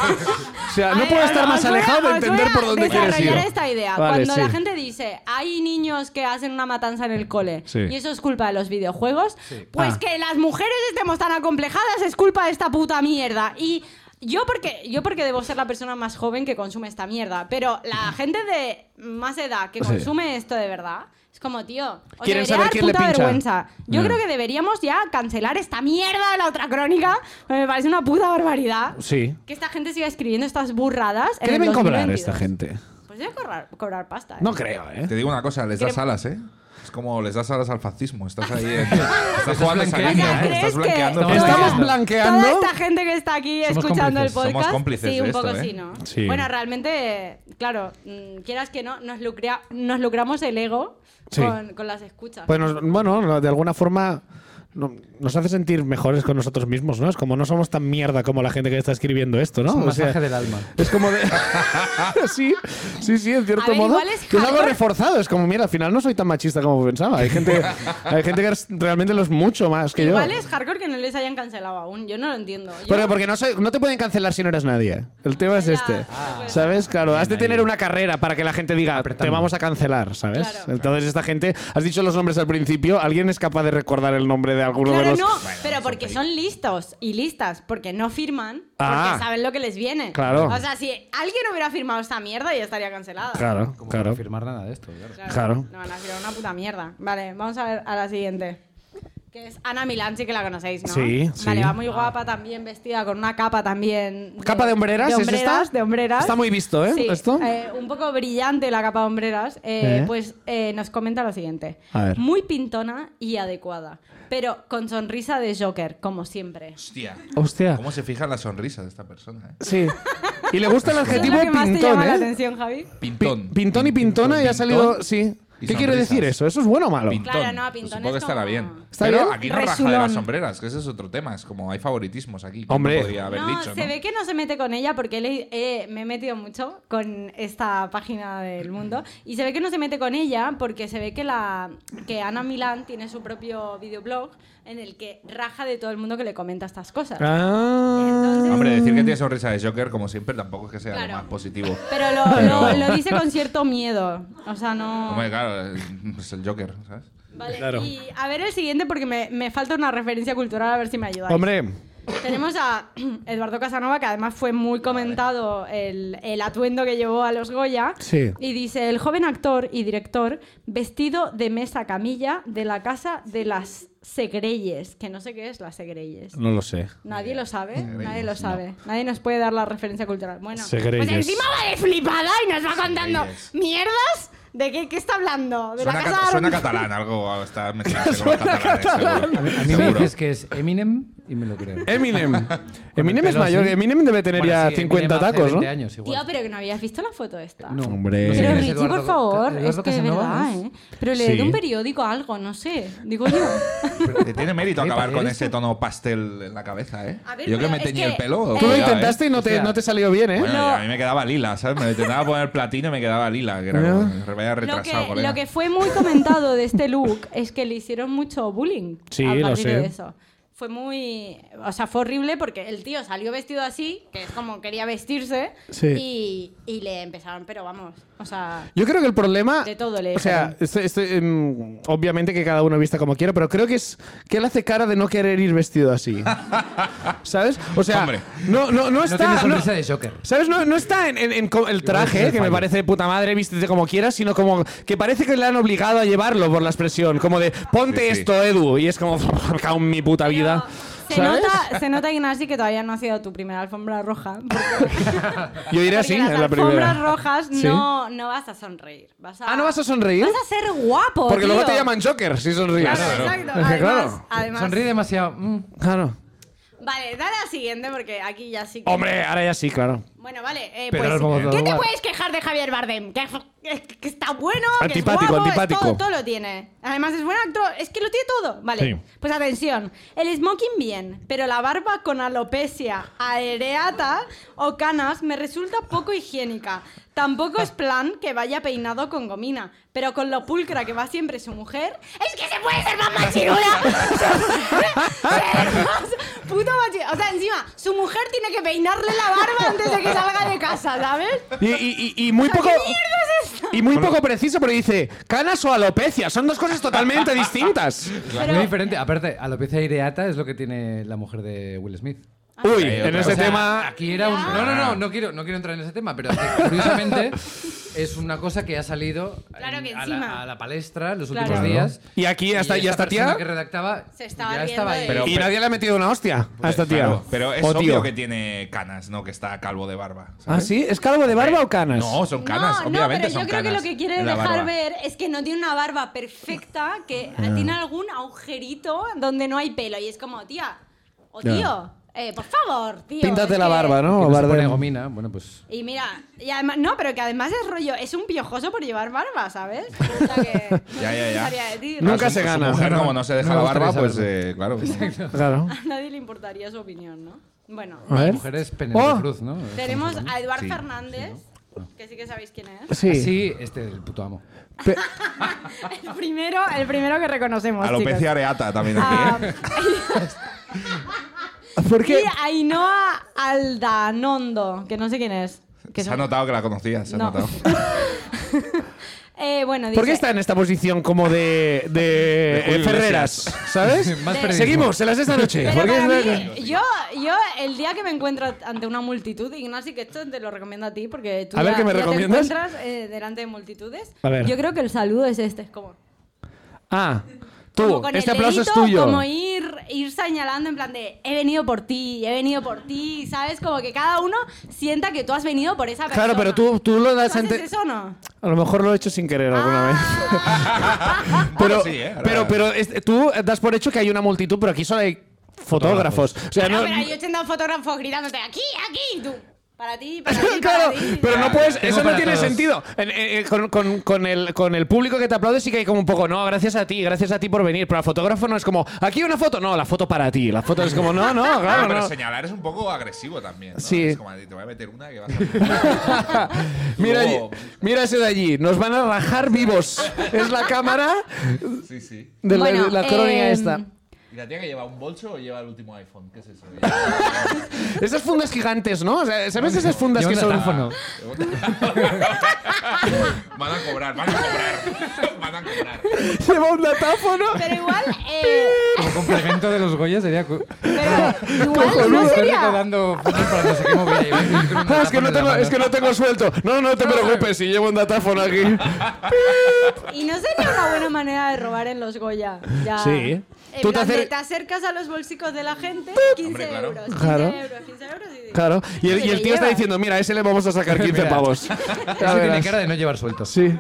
O sea, a no ver, puedo estar os más voy a- alejado de os voy entender a por dónde quieres ir. desarrollar esta idea. Vale, Cuando la sí. gente dice, hay niños que hacen una matanza en el cole Sí. y eso es culpa de los videojuegos, pues Ah. que las mujeres estemos tan acomplejadas es culpa de esta puta mierda. Y yo porque, yo porque debo ser la persona más joven que consume esta mierda, pero la gente de más edad que Sí. consume esto de verdad... Es como, tío, os debería ¿Quieren saber dar quién le puta pincha? vergüenza. Yo Mm. creo que deberíamos ya cancelar esta mierda de la otra crónica. Me parece una puta barbaridad. Sí. Que esta gente siga escribiendo estas burradas. ¿Qué en el deben cobrar 2022? esta gente? Pues deben cobrar, cobrar pasta. ¿eh? No creo, ¿eh? Te digo una cosa, les das Queremos- alas, ¿eh? Es como les das alas al fascismo. Estás ahí. en- estás jugando esa blanqueando, línea, ¿Crees ¿eh? Estás que blanqueando. toda- esa Estamos línea. blanqueando. Toda esta gente que está aquí Somos escuchando el cómplices. podcast. Somos cómplices sí, de un esto, poco ¿eh? sí, ¿no? Sí. Bueno, realmente, claro, mm, quieras que no, nos, lucrea- nos lucramos el ego Sí. con, con las escuchas. Pues nos- bueno, no, de alguna forma no- nos hace sentir mejores con nosotros mismos, ¿no? Es como no somos tan mierda como la gente que está escribiendo esto, ¿no? Es un O sea, masaje del alma. es como de. [LAUGHS] sí, sí, sí, en cierto A ver, modo. igual es que es algo hardcore. reforzado. Es como, mira, al final no soy tan machista como pensaba. Hay gente, hay gente que es- realmente lo es mucho más que Igual yo. es hardcore que no les hayan cancelado aún. Yo no lo entiendo. Yo- Porque, porque no, soy- no te pueden cancelar si no eres nadie. El tema es Ya, este. ah. ¿Sabes? Claro, has de tener una carrera para que la gente diga, te Apretando. vamos a cancelar, ¿sabes? Claro. Entonces esta gente, has dicho los nombres al principio, ¿alguien es capaz de recordar el nombre de alguno de Claro, los... no, pero porque son listos y listas, porque no firman, Ah. porque saben lo que les viene. Claro. O sea, si alguien hubiera firmado esta mierda, ya estaría cancelada. Claro, Como claro. no firmar nada de esto, claro. Claro. No van a firmar una puta mierda. Vale, vamos a ver a la siguiente. Que es Ana Milán, sí que la conocéis, ¿no? Sí, sí. Vale, va muy guapa también, vestida con una capa también. ¿Capa de hombreras, De es hombreras, esta? de hombreras. Está muy visto, ¿eh? Sí, Esto. eh, un poco brillante la capa de hombreras. Eh, ¿Eh? Pues eh, nos comenta lo siguiente. A ver. Muy pintona y adecuada, pero con sonrisa de Joker, como siempre. Hostia. Hostia. ¿Cómo se fija en la sonrisa de esta persona? eh? Sí. Y le gusta el ¿Qué es adjetivo lo que más te pintón, llama la ¿eh? atención, Javi? Pintón. Pintón y pintona y ha Pintón. salido, sí. Y ¿Qué quiere sonrisas. decir eso? ¿Eso es bueno o malo? Pintón. Claro, no, Pintón Supongo es que estará como- bien. ¿Está Pero bien? aquí no raja de las Resulón. sombreras, que ese es otro tema. Es como hay favoritismos aquí. que Hombre. No podría haber no, dicho, se ¿no? ve que no se mete con ella porque le- eh, me he metido mucho con esta página del mundo y se ve que no se mete con ella porque se ve que la que Ana Milán tiene su propio videoblog en el que raja de todo el mundo que le comenta estas cosas. Ah. Hombre, decir Mm. mm. que tiene sonrisa de Joker, como siempre, tampoco es que sea Claro. lo más positivo. Pero lo, Pero- lo- lo dice con cierto miedo. O sea, no. Hombre, claro, es el Joker, ¿sabes? Vale, Oh Claro. y a ver el siguiente porque me, me falta una referencia cultural a ver si me ayuda. Hombre, Tenemos a [CLEARS THROAT] Eduardo Casanova, que además fue muy comentado el, el atuendo que llevó a los Goya. Sí. Y dice, el joven actor y director vestido de mesa camilla de la casa de las Segreyes, que no sé qué es las Segreyes. no lo sé. Nadie lo sabe, nadie lo sabe. Nadie nos puede dar la referencia cultural. Bueno, Pues Segreyes. encima va de flipada y nos va contando Segreyes. mierdas. ¿De qué, qué está hablando? ¿De Suena, la cata- casa de suena Aaron- catalán, algo [LAUGHS] está mezclándose con los catalanes, seguro. A mí, a mí me Seguro. Eh, dices que es Eminem y me lo creo. [LAUGHS] Eminem. Eminem es Pero mayor. sí. Eminem debe tener Bueno, ya sí, 50 Eminem hace tacos, ¿no? 20 años igual. tío, pero que no habías visto la foto esta. No, Hombre. no sé Pero quién es Richie, Eduardo- por favor, Eduardo es que de Casanova, verdad, ¿no? ¿eh? Pero le Sí. de un periódico algo, no sé. Digo yo. [LAUGHS] Te tiene mérito ¿Qué acabar con parece? ese tono pastel en la cabeza, ¿eh? A ver, Yo que pero me es teñí que- el pelo. Tú lo cuidado, ¿eh? intentaste y no te, Hostia. no te salió bien, ¿eh? Bueno, Lo- y a mí me quedaba lila, ¿sabes? Me intentaba poner platino y me quedaba lila, que era Ya. como, me había Lo retrasado, que, colega. lo que fue muy comentado de este look [LAUGHS] es que le hicieron mucho bullying. Sí, a lo partir sé. De eso. Fue muy. O sea, fue horrible porque el tío salió vestido así, que es como quería vestirse, Sí. y, y le empezaron, pero vamos. O sea. Yo creo que el problema. De todo le O sea, dejaron. estoy- estoy, em, obviamente que cada uno vista como quiera, pero creo que es que él hace cara de no querer ir vestido [LAUGHS] así. ¿Sabes? O sea, Hombre. no, no, no No tiene está. no- sonrisa de Joker. ¿Sabes? No, no está en, en- en co- el traje, el que me fallo. parece de puta madre, vístete como quieras, sino como que parece que le han obligado a llevarlo por la expresión. Como de, ponte Sí, sí. esto, Edu. Y es como, [LAUGHS] me cago en mi puta vida. Se ¿Sabes? nota, se nota, Ignasi, que todavía no ha sido tu primera alfombra roja. Porque, Yo diré porque así, las es la primera. alfombras rojas Sí. no, no vas a sonreír. Vas a, Ah, ¿no vas a sonreír? Vas a ser guapo. Porque luego tío. te llaman Joker si sonríes. Claro, exacto. Es que Además, claro. además- Sonríe demasiado. mm. Claro. Vale, dale a la siguiente porque aquí ya sí que. Hombre, ahora ya sí, claro. Bueno, vale, eh, Pero pues. nos vamos a ¿Qué te tomar. puedes quejar de Javier Bardem? Que, que- que está bueno, que es Antipático, guapo. es antipático. todo, todo lo tiene. Además es buen actor, es que lo tiene todo. Vale, Sí. pues atención. El smoking bien, pero la barba con alopecia areata o canas me resulta poco higiénica. Tampoco es plan que vaya peinado con gomina, pero con lo pulcra que va siempre su mujer, Es que se puede ser más machirula. [LAUGHS] puto machi- O sea, encima, su mujer tiene que peinarle la barba antes de que salga de casa, ¿sabes? Y, y- y- y muy poco. Y muy poco preciso, pero dice, canas o alopecia, son dos cosas totalmente distintas. Pero- Muy diferente. Aparte, a lo que dice Ireata es lo que tiene la mujer de Will Smith. Ah. Uy, Hay en otra. ese O sea, tema. Aquí era un. No, no, no, no quiero, no quiero entrar en ese tema, pero es que, curiosamente es una cosa que ha salido Claro en- que a, encima. la, a la palestra los Claro. últimos Claro. días. Y aquí hasta- y esta hasta tía- persona que redactaba Se estaba ya riendo estaba de- ahí. Pero- y nadie le ha metido una hostia a esta tía. Claro, pero es O obvio tío. que tiene canas, no que está calvo de barba. ¿Ah, ¿sabes? sí? ¿Es calvo de barba o canas? No, son canas, no, no, obviamente pero son yo creo que canas lo que quiere en la dejar barba. ver es que no tiene una barba perfecta, que Ah. tiene algún agujerito donde no hay pelo. Y es como, tía, o Ya. tío, eh, por favor, tío. Píntate es la que- barba, Que ¿no? no se Bardem? pone gomina, bueno, pues. Y mira, y además, no, pero que además es rollo, es un piojoso por llevar barba, [LAUGHS] ¿sabes? O sea que, no Ya, sé ya, qué ya. sabría decir. Nunca se Claro, su- su gana. mujer, No, no, como no se deja no me la barba, gustaría pues saberlo. eh, [LAUGHS] claro. Claro. [LAUGHS] A nadie le importaría su opinión, ¿no? Bueno, A ver. Mujer es Penélope Oh. Cruz, ¿no? tenemos a Eduard Sí, Fernández, que sí que sabéis quién es. Sí. Sí, este, el puto amo. Pe- El primero, el primero que reconocemos. chicos. [LAUGHS] Alopecia areata también Ah, aquí, ¿eh? ¿Por Y qué? Ainhoa Aldanondo, que no sé quién es. Que Se son- ha notado que la conocía, se ha No. [LAUGHS] notado. Eh, bueno, dice, ¿Por qué está en esta posición como de, de, eh, Julio Ferreras? Iglesias. ¿Sabes? Más De- periodismo. Seguimos, se las de esta noche. Pero ¿Por qué para es la- mí, yo, yo el día que me encuentro ante una multitud, Ignacio, que esto te lo recomiendo a ti porque tú A ver, ya- ¿qué me ya te recomiendas? encuentras eh, delante de multitudes. A ver. Yo creo que el saludo es este, es como... Ah, como tú, con este el aplauso es dedito, tuyo. Como ir, ir señalando en plan de he venido por ti, he venido por ti, ¿sabes? Como que cada uno sienta que tú has venido por esa persona. Claro, pero tú, tú lo das ¿Tú haces ante- eso o no? A lo mejor lo he hecho sin querer Ah. alguna vez. Bueno, Pero, sí, ¿eh? Ahora- pero, pero es- tú das por hecho que hay una multitud, pero aquí solo hay fotógrafos. O sea, No, no, pero hay 80 fotógrafos gritándote aquí, aquí, y tú. Para ti, [LAUGHS] para ti, Claro, para ti. pero no puedes. Tengo Eso no para tiene todos. sentido. En- en- en- con, con- con el, con el público que te aplaude, sí que hay como un poco, no, gracias a ti, gracias a ti por venir. Pero al fotógrafo no es como, aquí una foto. No, la foto para ti. La foto es como, no, [LAUGHS] no, claro. Ah, Bueno, pero no. señalar es un poco agresivo también. ¿no? Sí. Es como, te voy a meter una que vas [LAUGHS] a. Mira, Luego- mira ese de allí, nos van a rajar vivos. Es la cámara Sí, sí. de la- Bueno, la, crónica em, esta. ¿Y la tía que lleva un bolso o lleva el último iPhone? ¿Qué es eso? [LAUGHS] Esas fundas gigantes, ¿no? O sea, ¿Sabes esas fundas Lleva que un son.? datáfono. van a cobrar, van a cobrar. [LAUGHS] Van a cobrar. [LAUGHS] Lleva un datáfono. Pero igual, eh, Como complemento de los Goya sería. cu- pero Estoy igual no sería. recordando fotos para no sé qué movida, y voy a ir con un Ah, es, que datáfono no en la tengo, mano. es que no tengo suelto. No, no te preocupes, si llevo un datáfono aquí. Y no sería una buena manera de robar en los Goya. Ya. Sí. En Tú te plan de, te, acer- acercas a los bolsicos de la gente, 15 Hombre, claro. euros, 15 Claro. euros, 15 euros y Claro. Y el, y el tío está diciendo, mira, a ese le vamos a sacar 15 [LAUGHS] Mira. pavos. Ya Ese tiene verás. cara de no llevar sueltos. Sí.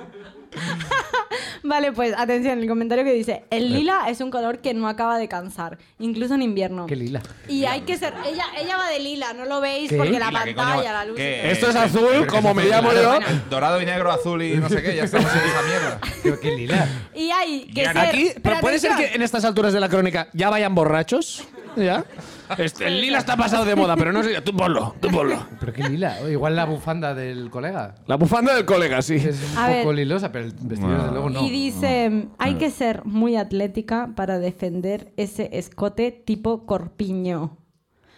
Vale, pues atención, el comentario que dice, Eh. el lila es un color que no acaba de cansar, incluso en invierno. Qué lila. Y hay que ser, ella, ella va de lila, no lo veis ¿Qué? porque la Lila, ¿qué coño pantalla, va? la luz... ¿Qué? Esto es Eh, azul, como me llamo yo. Dorado y negro, azul y no sé qué, ya estamos en esa [LAUGHS] mierda. Pero qué lila. Y hay que Guion ser... Aquí, pero pero puede ser atención, que en estas alturas de la crónica ya vayan borrachos. ¿Ya? Este, el lila está pasado de moda, pero no sé. Tú ponlo, tú ponlo. Pero qué lila. O Igual la bufanda del colega. La bufanda del colega, sí. Es un A poco ver. lilosa, pero el vestido desde luego no. Y dice, hay que ser muy atlética para defender ese escote tipo corpiño.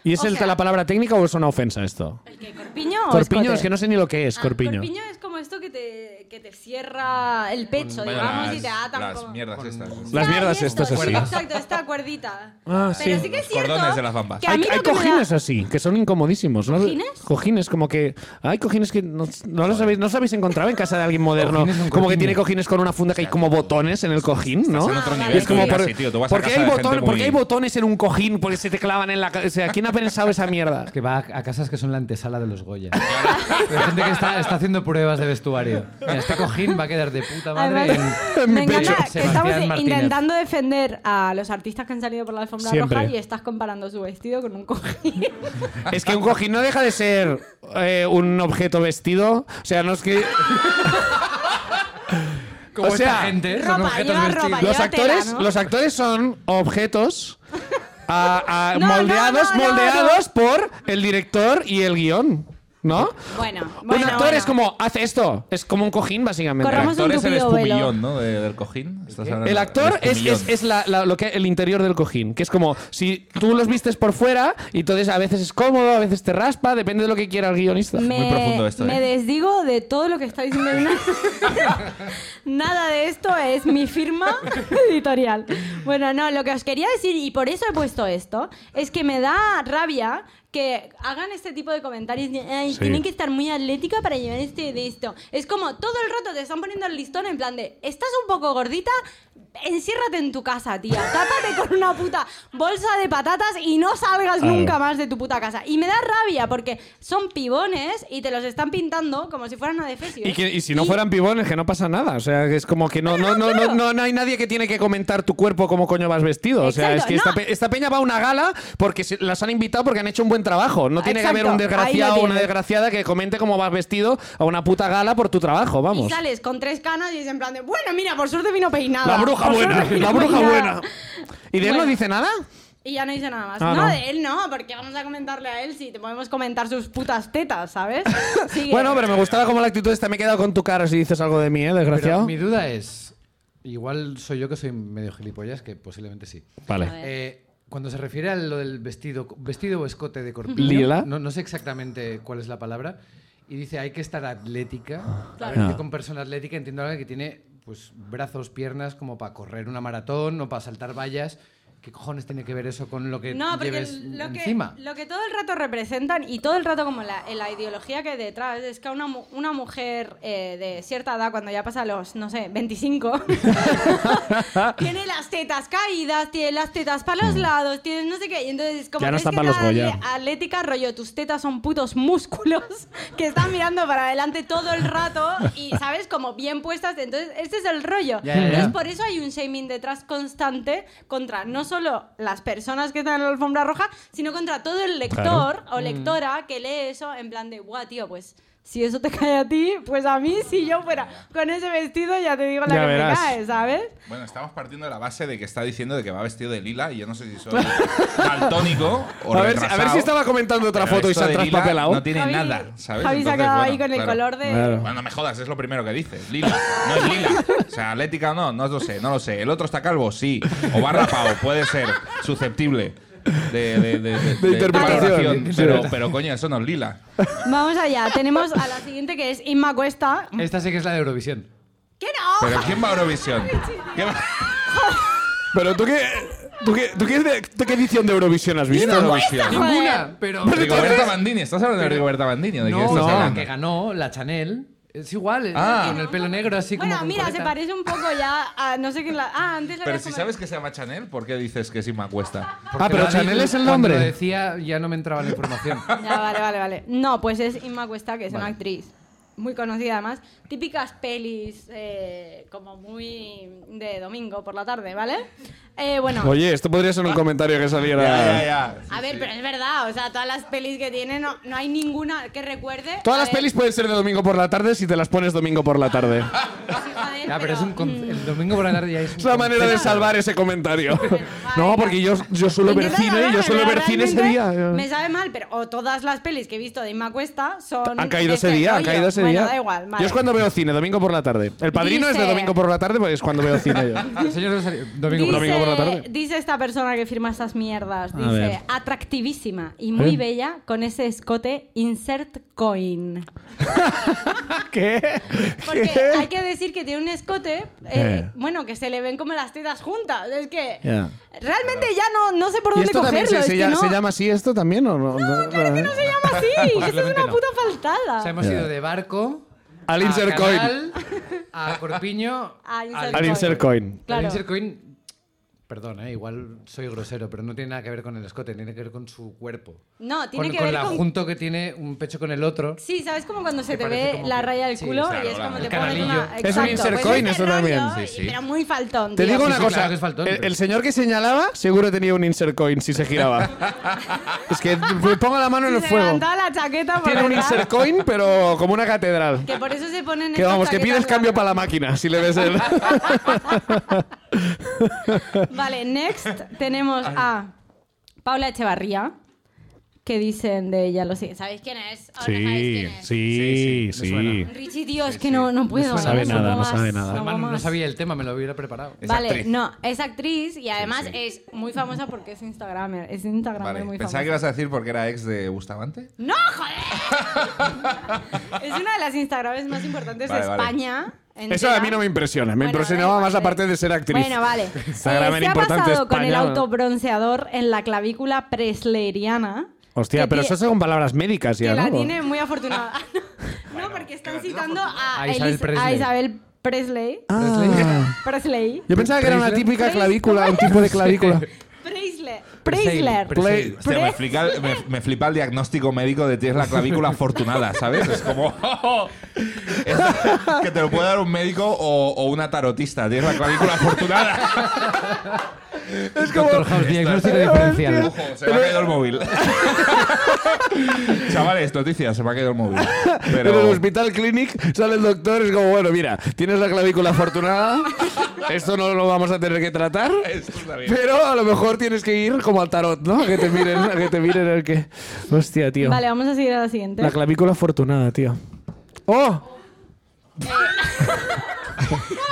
¿Y es O el- sea- la palabra técnica o es una ofensa esto? ¿El qué? ¿Corpiño o Corpiño, escote? es que no sé ni lo que es, Ah, corpiño. es como esto que te, que te cierra el pecho, Bueno, digamos, las, y te atan las como... mierdas estas. Las Ah, mierdas y esto, estas así. sí, Exacto, esta cuerdita. Ah, Pero sí. sí que es Los cierto cordones de las bambas. que a Hay, mí hay lo que me da- cojines así, que son incomodísimos. ¿no? ¿Cojines? Cojines, como que. Hay cojines que no, no los habéis, no os habéis encontrado en casa de alguien moderno. Cojines Como con que corpiño. tiene cojines con una funda que hay como botones en el cojín, ¿no? en otro Y nivel es como casi, por, tío, tú vas a porque, casa hay de gente botones, muy- porque hay botones en un cojín porque se te clavan en la ca- O sea, ¿quién ha pensado esa mierda? Que va a- a casas que son la antesala de los Goya. Hay gente que está, está haciendo pruebas de vestuario. Mira, este cojín va a quedar de puta madre. Además, [LAUGHS] en- me encanta pecho. que estamos Sebastián Martínez. intentando defender a los artistas que han salido por la alfombra Siempre. roja y estás comparando su vestido con un cojín. Es que un cojín no deja de ser eh, un objeto vestido. O sea, no es que. Como o sea, esta gente, son ropa, objetos lleva vestidos. ropa, Los Lleva tela, actores, ¿no? los actores son objetos a- a- [LAUGHS] No, no, moldeados, no, no, moldeados por el director y el guión, ¿no? Bueno, un bueno, actor bueno. es como, hace esto, es como un cojín, básicamente. El Corramos actor un ¿eh? es el tupido velo. espumillón, ¿no? De- del cojín. Estás hablando El actor del es, es, espumillón. es la- la- lo que, el interior del cojín, que es como si tú los vistes por fuera y entonces a veces es cómodo, a veces te raspa, depende de lo que quiera el guionista. Me, profundo esto, me ¿eh? desdigo de todo lo que está diciendo [LAUGHS] Elena. Nada de esto es mi [LAUGHS] firma editorial. Bueno, no, lo que os quería decir, y por eso he puesto esto, es que me da rabia que hagan este tipo de comentarios. de, Ay, tienen que estar muy atlética para llevar este de esto. Es como todo el rato te están poniendo el listón en plan de, estás un poco gordita, enciérrate en tu casa, tía. Tápate con una puta bolsa de patatas y no salgas nunca más de tu puta casa. Y me da rabia porque son pibones y te los están pintando como si fueran adefesios. Y, que- y si no fueran pibones, que no pasa nada. O sea, que es como que no, no, no, no, no, no hay nadie que tiene que comentar tu cuerpo cómo coño vas vestido. O sea, Exacto, es que esta, no. pe- esta peña va a una gala porque se- las han invitado porque han hecho un buen trabajo. No tiene que haber un Exacto, ahí lo desgraciado o una tienes. desgraciada que comente cómo vas vestido a una puta gala por tu trabajo, Y vamos. sales con tres canas y es en plan de, bueno, mira, por suerte vino peinada. La bruja Por buena, suerte vino [LAUGHS] la bruja peinada". buena. ¿Y de él no Bueno. dice nada? Y ya no dice nada más. Ah, no, no. de él no, porque vamos a comentarle a él si te podemos comentar sus putas tetas, [LAUGHS] ¿sabes? Sigue. Bueno, pero me gustaba como la actitud esta. Me he quedado con tu cara si dices algo de mí, ¿eh? Pero Desgraciado. mi duda es, igual soy yo que soy medio gilipollas, que posiblemente sí. Vale. Eh, cuando se refiere a lo del vestido, vestido o escote de corpiño, Lila. No, no sé exactamente cuál es la palabra, y dice hay que estar atlética. A ver, Ah. Claro. yo con persona atlética entiendo a alguien que tiene pues brazos, piernas, como para correr una maratón o para saltar vallas. ¿Qué cojones tiene que ver eso con lo que No, porque lleves lo que, encima? lo que todo el rato representan y todo el rato como la, la ideología que hay detrás es que a una, mu- una mujer eh, de cierta edad, cuando ya pasa los, no sé, [LAUGHS] 25, [LAUGHS] tiene las tetas caídas, tiene las tetas para los lados, tiene no sé qué, y entonces como Mm. Ya no tienes está que pa' los estar Goya. atle- atlética, rollo, tus tetas son putos músculos [LAUGHS] que están mirando para adelante todo el rato y, ¿sabes? Como bien puestas, entonces este es el rollo. Ya, ya, ya. Entonces, por eso hay un shaming detrás constante contra no solo las personas que están en la alfombra roja, sino contra todo el lector o lectora que lee eso en plan de, guau, tío, pues si eso te cae a ti, pues a mí, si yo fuera con ese vestido, ya te digo la Ya que me verás. cae, ¿sabes? Bueno, estamos partiendo de la base de que está diciendo de que va vestido de lila y yo no sé si soy [LAUGHS] daltónico o A ver, si- a ver si retrasado, estaba comentando otra pero foto y esto se ha de lila traspapelado. No tiene Javi- nada, Javi ¿sabes? se ha Entonces, quedado ahí bueno, con el claro. color de... Claro. Bueno, no me jodas, es lo primero que dices. Lila, no es lila. O sea, atlética o no, no lo sé, no lo sé. El otro está calvo, sí. O va rapado, puede ser. Susceptible de, de- de- de- de interpretación. valoración. Sí. Pero, pero coño, eso no es lila. Vamos allá, tenemos a la siguiente que es Inma Cuesta. Esta sí que es la de Eurovisión. ¿Qué no? ¿Pero quién va a Eurovisión? ¿Qué va- Pero tú qué. ¿Tú qué, tú qué, tú qué edición de Eurovisión has visto? Eurovisión? Ninguna, [LAUGHS] pero. Rigoberta Bandini, ¿estás hablando de Rigoberta Bandini? o ¿De quién No, estás no, la hablando? que ganó, la Chanel. Es igual, es- Ah. con el pelo negro así como. Bueno, con mira, se coleta. parece un poco ya a no sé quién la. Ah, antes la Pero habías si comentado. sabes que se llama Chanel, ¿por qué dices que sí me cuesta? Porque Ah, pero lo ha dicho- Chanel es el cuando nombre. lo decía, ya no me entraba [LAUGHS] la información. Ya, vale, vale, vale. No, pues es Inma Cuesta, que es una actriz muy conocida además. Típicas pelis eh, como muy de domingo por la tarde, ¿vale? Eh, bueno, Oye, esto podría ser un comentario que saliera. ya. a ver, pero es verdad, o sea, todas las pelis que tiene, no, no hay ninguna que recuerde. Todas a las ver, pelis pueden ser de domingo por la tarde si te las pones domingo por la tarde. sí, joder, Ya, pero es un con- mm, el domingo por la tarde ya es. Es la manera de salvar ese [LAUGHS] comentario. No, porque yo, yo suelo ver Intento cine, yo acordarme, suelo pero ver cine ese realmente día. Me sabe mal, pero o todas las pelis que he visto de Inma Cuesta son. Han caído de ese día, han rollo. caído ese Bueno, día. da igual, vale. Yo es cuando veo cine, domingo por la tarde. El padrino es de Dice- domingo por la tarde, pues es cuando veo cine [LAUGHS] yo. El Ah, señor de los anillos, domingo Dice, por la tarde. domingo por la tarde. dice esta persona que firma estas mierdas, ver. dice, atractivísima y muy ¿Eh? bella con ese escote insert coin. ¿Qué? Porque hay que decir que tiene un escote, eh, Eh. bueno, que se le ven como las tetas juntas. Es que Ya. realmente ya no, no sé por ¿Y dónde esto también cogerlo. es se, se que lla- no- se llama así esto también o no? No, claro que no se llama así, eso es Posiblemente una Pues no. puta O sea, faltada. hemos ido de barco. Al a Insert Coin. Canal, A [LAUGHS] Corpiño. Ah, insert al- Al insert coin. Pero Claro. Insert Coin, perdón, eh, igual soy grosero, pero no tiene nada que ver con el escote, tiene que ver con su cuerpo. No, tiene con, que con ver la con- junto que tiene un pecho con el otro. Sí, ¿sabes? Como cuando se te parece ve como la que- raya del sí, culo claro, y es como la- te el pones canalillo. una... Es un Exacto, insert pues coin, este eso también. rollo, Sí, sí. Pero muy faltón. Te tío. digo sí, una sí, cosa, claro que es faltón, el, pero- el señor que señalaba seguro tenía un insert coin si se [LAUGHS] giraba. es que me pongo la mano en el se fuego. levantaba la chaqueta por Tiene un detrás. insert coin, pero como una catedral. Que por eso se ponen Que estas vamos, que chaquetas pides cambio largas. para la máquina si le [LAUGHS] ves el... Vale, next tenemos a Paula Echevarría, que dicen de ella lo siguiente. ¿Sabéis quién es? Ahora sabéis quién es. sí, sí, me Richie, tío, es que no, no puedo. No sabe puedo nada, no más, sabe nada. puedo Además, Ah, no, más. sabía el tema, me lo hubiera preparado. Es Vale, actriz. no, es actriz y además sí. es muy famosa porque es Instagramer. Es Instagramer Vale, muy pensaba famosa. que ibas a decir porque era ex de Bustamante. ¡No, joder! [LAUGHS] es una de las Instagramers más importantes Vale, de vale. España. Eso entera. a mí no me impresiona. Bueno, Me da impresionaba igual, más la da parte igual. de ser actriz. Bueno, vale. [LAUGHS] Eh, Instagramer se ha importante pasado con el español. autobronceador en la clavícula presleriana. Hostia, que pero ti- eso son palabras médicas Que ya, la ¿no? tiene muy [LAUGHS] afortunada. [LAUGHS] Ah, no, no, porque están citando a, A Isabel Elis- Presley. a Isabel Presley. Ah. Presley. Yo pensaba que era una Preisler. típica Preis- clavícula, un [LAUGHS] tipo [LAUGHS] de clavícula. Presley. Presley, Preisler. Presley. Hostia, me, flipa el, me, me flipa el diagnóstico médico de tienes la clavícula afortunada, ¿sabes? Es como. [LAUGHS] Es que te lo puede dar un médico o, o una tarotista. Tienes la clavícula afortunada. Es Doctor House, diagnóstico Esto- diferencial. Ojo, se me ha caído el móvil. [LAUGHS] Chavales, noticias, se me ha caído el móvil. Pero... En el Pero. hospital clinic sale el doctor y es como, bueno, mira, tienes la clavícula afortunada, esto no lo vamos a tener que tratar, Esto está bien. pero a lo mejor tienes que ir como al tarot, ¿no? A que te miren, a que te miren el que... Hostia, tío. Vale, vamos a seguir a la siguiente. La clavícula afortunada, tío. ¡Oh!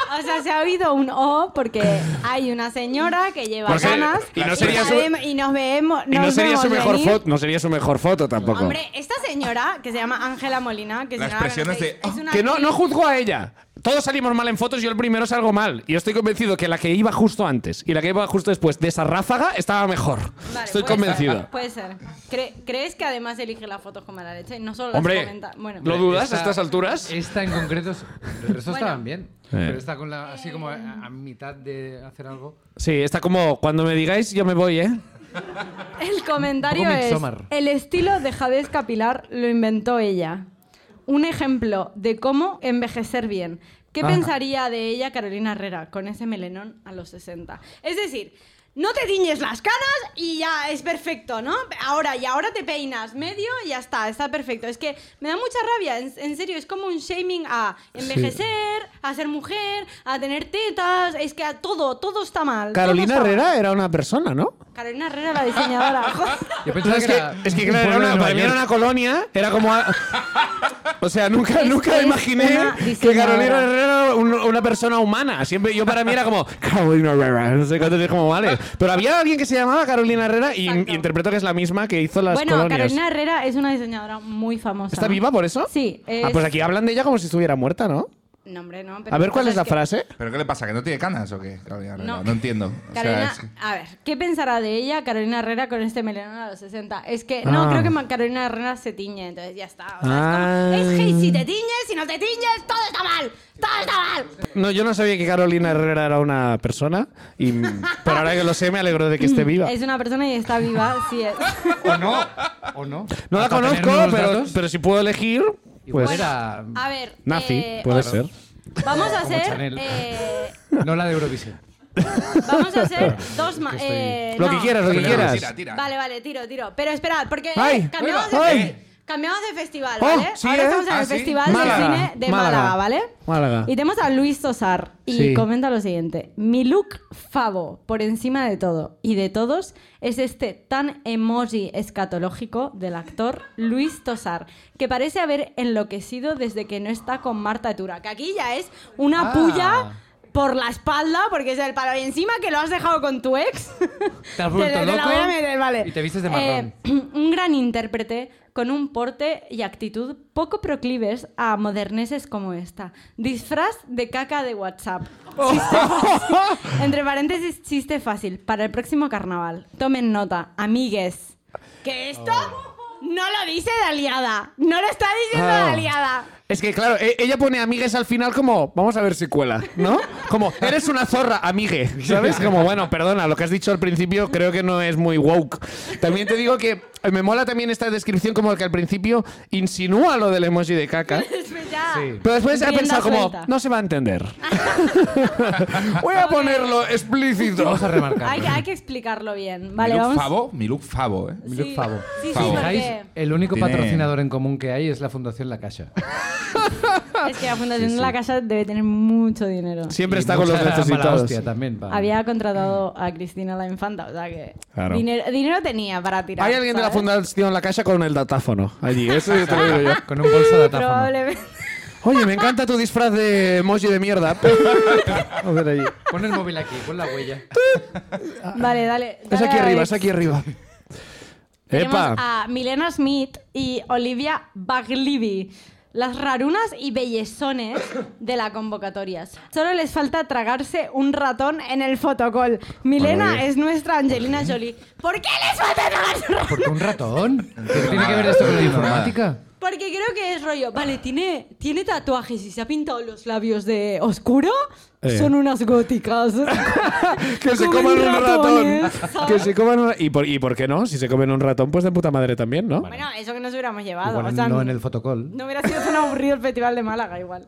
O sea, se ha oído un O porque hay una señora que lleva Porque- ganas y no sería su- sabemos- y nos vemos. Y no nos sería su vemos mejor venir. foto, no sería su mejor foto tampoco. Hombre, esta señora que se llama Ángela Molina, que si Las no la presiones conocéis, de- es una "Oh, Que no, no actriz- juzgo a ella. Todos salimos mal en fotos, yo el primero salgo mal. Y estoy convencido que la que iba justo antes y la que iba justo después de esa ráfaga estaba mejor. Vale, pues estoy puede convencido. ser, Puede ser. Cre- ¿Crees que además elige las fotos con mala leche? No solo las Hombre, comenta. Bueno, ¿lo dudas Esta- a estas alturas? Esta en concreto, es- el resto Bueno. estaban bien. Pero está con la, así como a, a mitad de hacer algo. Sí, está como cuando me digáis yo me voy, ¿eh? el comentario Un poco es: Midsommar. el estilo de jadez capilar lo inventó ella. Un ejemplo de cómo envejecer bien. Ah. ¿Qué pensaría de ella Carolina Herrera con ese melenón a los 60? Es decir, no te tiñes las canas y ya es perfecto, ¿no? Ahora y ahora te peinas medio y ya está, está perfecto. Es que me da mucha rabia, en, en serio, es como un shaming a envejecer, a ser mujer, a tener tetas, es que a todo, todo está mal. todo Carolina está mal. Herrera era una persona, ¿no? Carolina Herrera, la diseñadora. [LAUGHS] joder. Yo No, pensaba Pues es, que, que, era es que, un claro, era pueblo de una, Nueva para mí era York. una colonia, era como... [LAUGHS] a- o sea, nunca, Es nunca que es imaginé una que diseñadora. Carolina Herrera era un- una persona humana. Siempre, yo para mí era como [LAUGHS] Carolina Herrera, no sé cuánto, es como vale. Pero había alguien que se llamaba Carolina Herrera y, Exacto. y interpreto que es la misma que hizo las bueno, colonias. Carolina Herrera es una diseñadora muy famosa. ¿Está viva por eso? Sí. Ah, es- pues aquí hablan de ella como si estuviera muerta, ¿no? No, hombre, no. pero A ver cuál pasa es la que- frase. ¿Pero qué le pasa? ¿Que no tiene canas o qué? Carolina Herrera? No. No, entiendo. O sea, Carolina, es- a ver, ¿qué pensará de ella Carolina Herrera con este melón a los 60? Es que no Ah. creo que ma- Carolina Herrera se tiñe, entonces ya está. o sea, Ah. Es que si te tiñes, si no te tiñes, todo está mal. Todo está mal. No, yo no sabía que Carolina Herrera era una persona, [LAUGHS] y, pero ahora que lo sé me alegro de que esté viva. Es una persona y está viva, [LAUGHS] sí es. ¿O no? ¿O no? No la Hasta tener conozco, nuevos pero, datos, pero si puedo elegir, Igual pues era A ver. nazi, eh, puede os- ser. Vamos a hacer. Chanel. eh, no la de Eurovisión. vamos a hacer [LAUGHS] dos eh, más. que estoy- Lo que quieras, lo que Tira, quieras. Tira, tira. Vale, vale, tiro, tiro. Pero esperad, porque eh, Ay, cambiamos, de oiga, ay. festi- cambiamos de festival, Oh, ¿vale? sí, Ahora ¿eh? estamos en Ah, el sí. Festival Málaga, de Cine de Málaga. Málaga, ¿vale? Málaga. Y tenemos a Luis Tosar y Sí. comenta lo siguiente. Mi look favo, por encima de todo y de todos, es este tan emoji escatológico del actor Luis Tosar, que parece haber enloquecido desde que no está con Marta Tura, que aquí ya es una Ah. puya... Por la espalda, porque es el palo. Y encima que lo has dejado con tu ex. Te has vuelto Te- te la loco voy a meter, vale. y te vistes de marrón. Eh, [CLEARS THROAT] un gran intérprete con un porte y actitud poco proclives a moderneses como esta. Disfraz de caca de WhatsApp. Oh. Chiste [LAUGHS] fácil. Entre paréntesis, chiste fácil. Para el próximo carnaval. Tomen nota, amigues. ¿Qué esto? Oh. No lo dice de aliada. No lo está diciendo Ah. de aliada. Es que claro, e- ella pone amigues al final como, vamos a ver si cuela, ¿no? Como, eres una zorra, amigue, ¿sabes? Como, bueno, perdona, lo que has dicho al principio creo que no es muy woke. También te digo que eh, me mola también esta descripción como que al principio insinúa lo del emoji de caca. Pues ya. Sí. Pero después ha Rienda pensado como, suelta. no se va a [LAUGHS] entender. Voy a ponerlo explícito. Vamos a remarcar. Hay, que- hay que explicarlo bien. mi Vale, look vamos. favo, mi look favo, ¿eh? Sí. look favo. Sí, sí, Favo. porque Fijáis, el único Tiene- patrocinador en común que hay es la Fundación [LAUGHS] La Caixa. es que la Fundación de la Casa debe tener mucho dinero. Siempre Y está con los mucha mala necesitados. hostia también. va. Había contratado a Cristina la Infanta, o sea que Claro. dinero, dinero tenía para tirar. Hay alguien de la ¿sabes? Fundación La Caixa con el datáfono allí, eso yo te lo [LAUGHS] digo yo. Con un bolso de atáfono. Probablemente. Oye, me encanta tu disfraz de emoji [LAUGHS] de mierda. A ver ahí. Pon el móvil aquí, pon la huella. [LAUGHS] vale, dale. Ah. Es dale aquí a arriba, ver. es aquí arriba. Tenemos Epa. a Milena Smith y Olivia Baglivi. Las rarunas y bellezones de la convocatoria. Solo les falta tragarse un ratón en el fotocall. Milena Bueno, bien. es nuestra Angelina Jolie. ¿Por qué les falta tragarse un ratón? ¿Por qué un ratón? ¿Qué tiene que ver esto con la informática? Porque creo que es rollo. Vale, tiene, tiene tatuajes y se ha pintado los labios de oscuro. Eh. Son unas góticas. [LAUGHS] Que se Comen coman un ratón. ratones, ¿sabes? [LAUGHS] Que se coman un ra- ¿Y por, ¿Y por qué no? Si se comen un ratón, pues de puta madre también, ¿no? Bueno, eso que nos hubiéramos llevado. Igual o sea, Ah, no en el fotocall. no hubiera sido tan aburrido el Festival de Málaga, igual.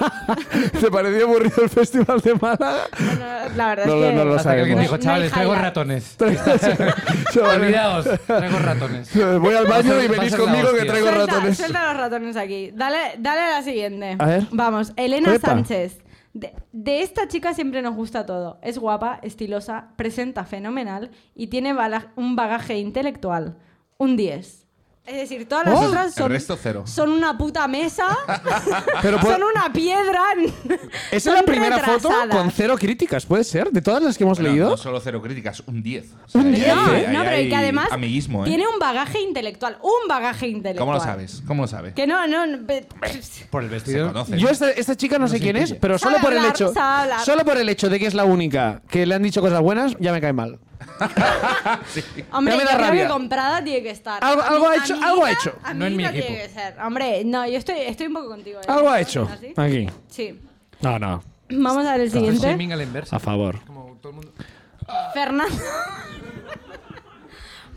[LAUGHS] ¿Te pareció aburrido el Festival [LAUGHS] de Málaga? [LAUGHS] Bueno, la verdad No, es no, que. no lo Hasta que alguien sabemos. dijo, No hay chavales, traigo highlights". ratones. Chavales, Olvidaos, traigo ratones. [LAUGHS] Voy al baño y venís Vas a- vas a la conmigo que hostia. traigo suelta, ratones. suelta los ratones aquí. Dale, dale a la siguiente. A ver. Vamos, Elena Epa. Sánchez. De, de esta chica siempre nos gusta todo. Es guapa, estilosa, presenta fenomenal y tiene bala- un bagaje intelectual. Un 10. Es decir, todas las Oh. otras son, El resto cero. son una puta mesa, [LAUGHS] Pero por- son una piedra. Esa son es la primera foto retrasadas. con cero críticas, ¿puede ser? De todas las que hemos Bueno, leído. No solo cero críticas, un 10. Un ahí- 10, No, ahí- no, ahí pero y hay que además Amiguismo, ¿eh? tiene un bagaje intelectual. Un bagaje intelectual. ¿Cómo lo sabes? ¿Cómo lo sabes? Que no, no. pe- Por el Se vestido. conoce. Yo esta, esta chica no, sé quién es, pilla. pero solo Sabe por el hablar, hecho sabe hablar. solo por el hecho de que es la única que le han dicho cosas buenas, ya me cae mal. Hombre, Ya me yo da creo rabia. que comprada tiene que estar. Algo- Ami- algo ha hecho- algo ha hecho. amiguita No en mi equipo. tiene que ser. Hombre, no, yo estoy, estoy un poco contigo. ¿eh? Algo ha hecho ¿Así? aquí. Sí. No, no, Vamos a ver el siguiente. [LAUGHS] Shaming a la inversa. a favor. Fernando.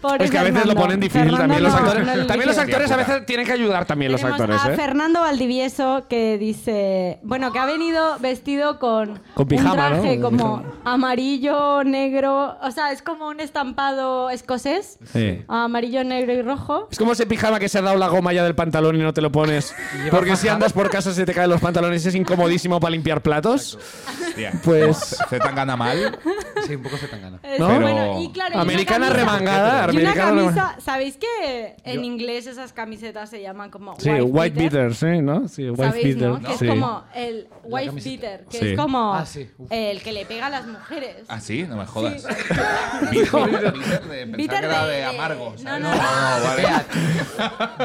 Pobre Es que a veces lo Fernando. ponen difícil Fernando también los no, actores. no lo También los liquida. actores a Hostia, puta. veces tienen que ayudar también los Tenemos actores, a ¿eh? Fernando Valdivieso que dice, bueno, que ha venido vestido con, Con pijama, un traje ¿no? como amarillo, negro, o sea, es como un estampado escocés, Sí. amarillo, negro y rojo. Es como ese pijama que se ha dado la goma ya del pantalón [LAUGHS] y no te lo pones. Porque si andas por casa se te caen los pantalones y es incomodísimo para limpiar platos. Hostia. Pues. Se tan gana mal. Sí, un poco se tan gana. Es- ¿No? bueno, y claro, y una Americana camisa- remangada, Y una americana camisa, remangada. ¿sabéis que en inglés esas camisetas se llaman como Sí, white beater? beaters, ¿eh? ¿no? Sí, white ¿Sabéis, beater. no? Que sí. es como el wife camiseta. beater, que Sí. es como Ah, sí. Uf. el que le pega a las mujeres. Ah, sí, no me jodas. Bitter, bitter de, pensaba Bitter que era de- de de- amargo. no, ¿sabes? no, no, no. vale.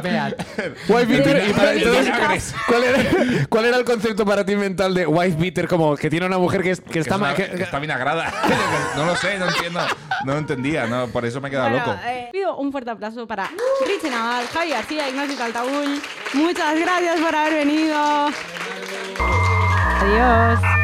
Beat. White beater. de- Y para, de- entonces, vinagres. ¿cuál, era, cuál era el concepto para ti mental de white beater? Como que tiene una mujer que, es- que Que está es una- mal. que está vinagrada. [LAUGHS] no lo sé, no entiendo. No lo entendía, no, por eso me he quedado Bueno, loco. eh, pido un fuerte aplauso para Richie Naval, Javi García, Ignacio Caltabull. Muchas gracias por haber venido. Adiós.